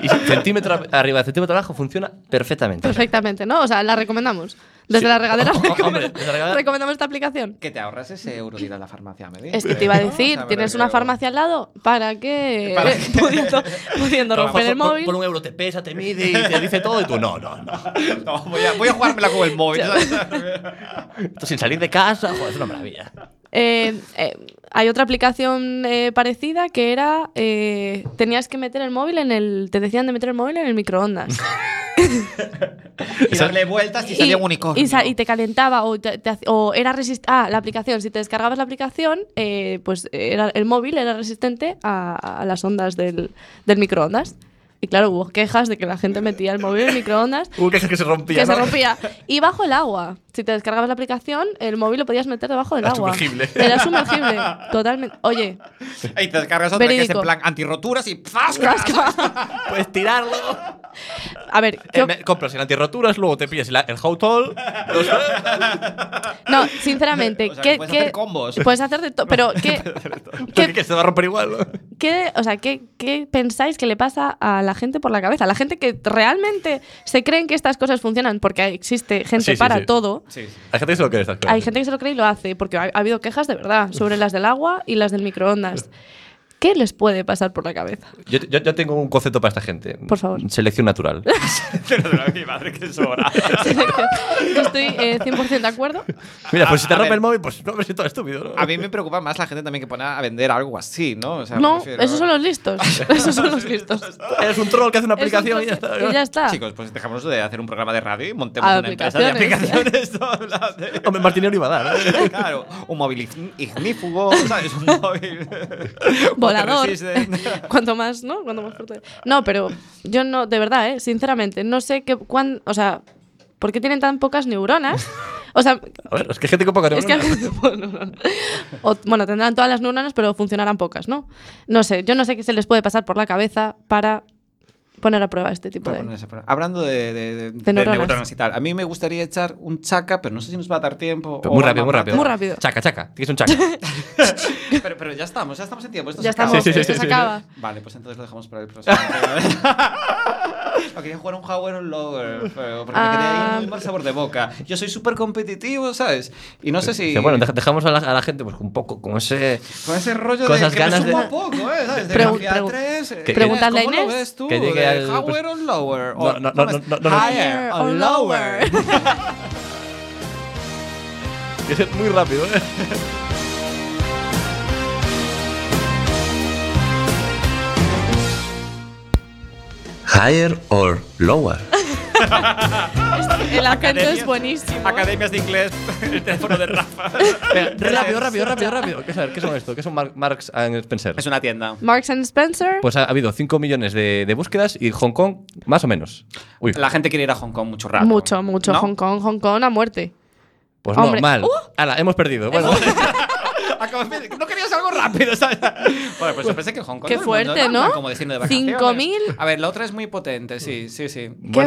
S3: Y centímetro arriba, centímetro abajo funciona perfectamente.
S5: Perfectamente, ¿no? O sea, la recomendamos. Desde
S3: Sí. Oh,
S5: la regadera (laughs)
S3: Hombre,
S5: recomenda-
S3: desde la regadera.
S5: recomendamos esta aplicación.
S4: Que te ahorras ese euro de ir a la farmacia a medir.
S5: Es que te iba
S3: (laughs)
S5: a
S4: ¿no? (laughs) O sea,
S5: decir,
S4: me
S5: tienes una
S4: refiero-
S5: farmacia al lado para que
S4: Para
S5: eh, (laughs) pudiendo, pudiendo
S3: Pero
S5: romper
S3: por-
S5: el
S3: por-
S5: móvil.
S3: Por un euro te pesa, te mide y te dice todo y tú, no, no, no.
S4: No, voy a, voy a jugármela con el
S5: (laughs)
S4: móvil. ¿sabes?
S3: Esto sin salir de casa, joder, es una maravilla.
S5: Eh, eh, hay otra aplicación eh, parecida que era eh, tenías que meter el móvil en el te decían de meter el móvil en el microondas
S4: y darle vueltas y salía un unicornio.
S5: y sa- y te calentaba o, te- te hace- o era resistente ah la aplicación si te descargabas la aplicación eh, pues era el móvil era resistente a, a las ondas del, del microondas y claro hubo quejas de que la gente metía el móvil en el microondas
S3: Hubo quejas Uh, que se rompía.
S5: que se rompía. Y bajo el agua. Si te descargabas la aplicación, el móvil lo podías meter debajo del
S3: Era
S5: agua.
S3: sumergible.
S5: Era sumergible. Totalmente. Oye,
S4: Y te descargas otra que es
S5: Verídico.
S4: en plan antirroturas y ¡zasca!
S5: rasca.
S3: Puedes tirarlo.
S5: A ver,
S3: Eh,
S5: yo-
S3: me- compras el antirroturas, luego te pillas el, el Hotol.
S5: no, sinceramente,
S4: (laughs) O sea, que
S5: ¿qué,
S4: puedes
S5: qué-
S4: hacer combos.
S5: puedes hacer de todo, pero ¿qué,
S3: Que que se va a romper igual. ¿no?
S5: qué- o sea, ¿qué, qué pensáis que le pasa a la gente por la cabeza? La gente que realmente se creen que estas cosas funcionan porque existe gente
S3: Sí, sí,
S5: para
S3: sí.
S5: todo.
S4: Sí, sí.
S3: Hay gente que se lo quiere estas cosas.
S5: Hay gente que se lo cree y lo hace, porque ha, ha habido quejas de verdad sobre las del agua y las del microondas. ¿Qué les puede pasar por
S3: (laughs)
S5: la cabeza? (laughs)
S3: Yo, yo- yo tengo un concepto para esta gente.
S5: Por favor.
S3: Selección natural.
S4: Pero de la- mi madre que sobra.
S5: Yo estoy eh, 100% de acuerdo.
S3: Mira, pues
S4: A-
S3: si te
S4: a
S3: rompe
S4: ver.
S3: el móvil, pues no me siento estúpido. ¿no?
S4: A mí me preocupa más la gente también que pone a vender algo así, ¿no? O sea, me
S5: No,
S4: refiero- (laughs)
S5: esos son
S3: (laughs)
S5: los listos. Esos son los listos.
S3: Eres un troll que hace una aplicación
S5: Esos
S3: y ya está.
S5: son-
S3: ¿no?
S5: Y ya está.
S4: Chicos, pues dejamos de hacer un programa de radio y montemos una empresa de
S5: Aplicaciones.
S4: aplicaciones. (laughs) ¿no? Habla de-
S3: (laughs) Hombre, Martinero iba a dar. ¿eh?
S4: (laughs) Claro, un móvil ign- (laughs) ignífugo, ¿sabes? Un móvil. (laughs)
S5: Volador. (laughs)
S4: Resiste.
S5: Cuanto más, ¿no? Cuanto más fuerte. No, pero yo no, de verdad, ¿eh? sinceramente, no sé qué, cuán, o sea, ¿por qué tienen tan pocas neuronas? O sea,
S3: A ver, es que hay gente con poca
S5: es que
S3: neurona.
S5: (laughs) bueno, o- bueno, tendrán todas las neuronas, pero funcionarán pocas, ¿no? No sé, yo no sé qué se les puede pasar por la cabeza para poner a prueba este tipo
S4: Para
S5: de...
S4: poner esa prueba. Hablando de, de- de- de
S5: neuronas.
S4: neuronas. y tal, a mí me gustaría echar un chaca, pero no sé si nos va a dar tiempo.
S3: Pero
S4: o
S3: muy
S4: va a
S3: rápido, muy
S4: matar.
S3: rápido.
S5: Muy rápido.
S3: Chaca, chaca. Tienes un chaca.
S4: Pero, pero ya estamos, ya estamos en tiempo. Esto
S5: Ya
S4: se acaba.
S5: estamos, Sí, sí, esto sí, se sí, sí. acaba.
S4: Vale, pues entonces lo dejamos para
S3: (laughs)
S4: el próximo. No, quería jugar un Howard o un Lower, pero- porque me quedé ahí
S5: Ah.
S4: muy mal sabor de boca. Yo soy súper competitivo, ¿sabes? Y no sé si.
S3: Dice, Bueno, deja- dejamos a la, a la gente pues un poco con ese...
S4: con ese rollo
S3: con
S4: de
S3: esas
S4: que me
S3: ganas de-
S4: sumo a poco, ¿eh? ¿Sabes? De
S5: Pregu-
S4: Mafia
S5: pregu-
S4: 3, eh,
S3: que-
S5: Preguntarle a
S4: ¿cómo
S5: Inés.
S4: lo ves tú?
S3: que llegue
S4: De
S3: al-
S4: Howard o Lower.
S3: No,
S4: O-
S3: no, no,
S4: ¿cómo es?
S3: no, no, no.
S4: Higher
S5: Higher
S4: o
S5: o
S4: Lower.
S3: Que es muy rápido, ¿eh?
S1: Higher or lower.
S5: (laughs) El acento
S4: Academia.
S5: es buenísimo.
S4: (laughs) Academias de inglés, (laughs) el teléfono de Rafa. (laughs)
S3: rápido, rápido, rápido, rápido. ¿Qué, saber, ¿Qué son esto? ¿Qué son Mar- Marx and Spencer?
S4: Es una tienda.
S5: Marks and Spencer.
S3: Pues ha, ha habido 5 millones de, de búsquedas y Hong Kong, más o menos. Uy,
S4: La gente quiere ir a Hong Kong mucho rato.
S5: mucho, mucho.
S4: ¿No?
S5: Hong Kong, Hong Kong a muerte.
S3: pues
S5: hombre.
S3: no, mal. Ala, hemos perdido. Bueno,
S4: (laughs) Acabas de- No querías algo rápido, ¿sabes? Bueno, pues yo pensé que Hong Kong.
S5: Qué
S4: todo el mundo,
S5: fuerte,
S4: En plan
S5: ¿no?
S4: Como diciendo de vacaciones.
S5: 5.000.
S4: A ver, la otra es muy potente, sí, sí, sí. eh, Qué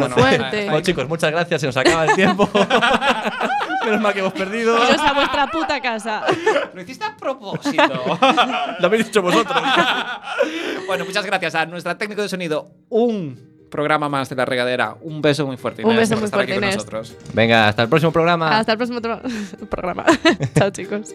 S3: (laughs)
S5: fuerte.
S3: bueno, chicos, muchas gracias. Se nos acaba el tiempo. (laughs) Menos mal que hemos perdido.
S5: Iros a vuestra puta casa.
S4: Lo hiciste a propósito.
S3: (laughs) Lo habéis dicho vosotros.
S4: (laughs) bueno, muchas gracias a nuestra técnico de sonido. Un programa más de la regadera. Un beso muy fuerte.
S5: Un
S4: Inés,
S5: beso
S4: por
S5: muy
S4: estar aquí
S5: fuerte,
S4: con
S5: Inés.
S4: nosotros.
S3: Venga, hasta el próximo
S4: Ah.
S3: programa.
S5: Hasta el próximo tro- (laughs)
S4: (laughs)
S5: programa. Chao, chicos.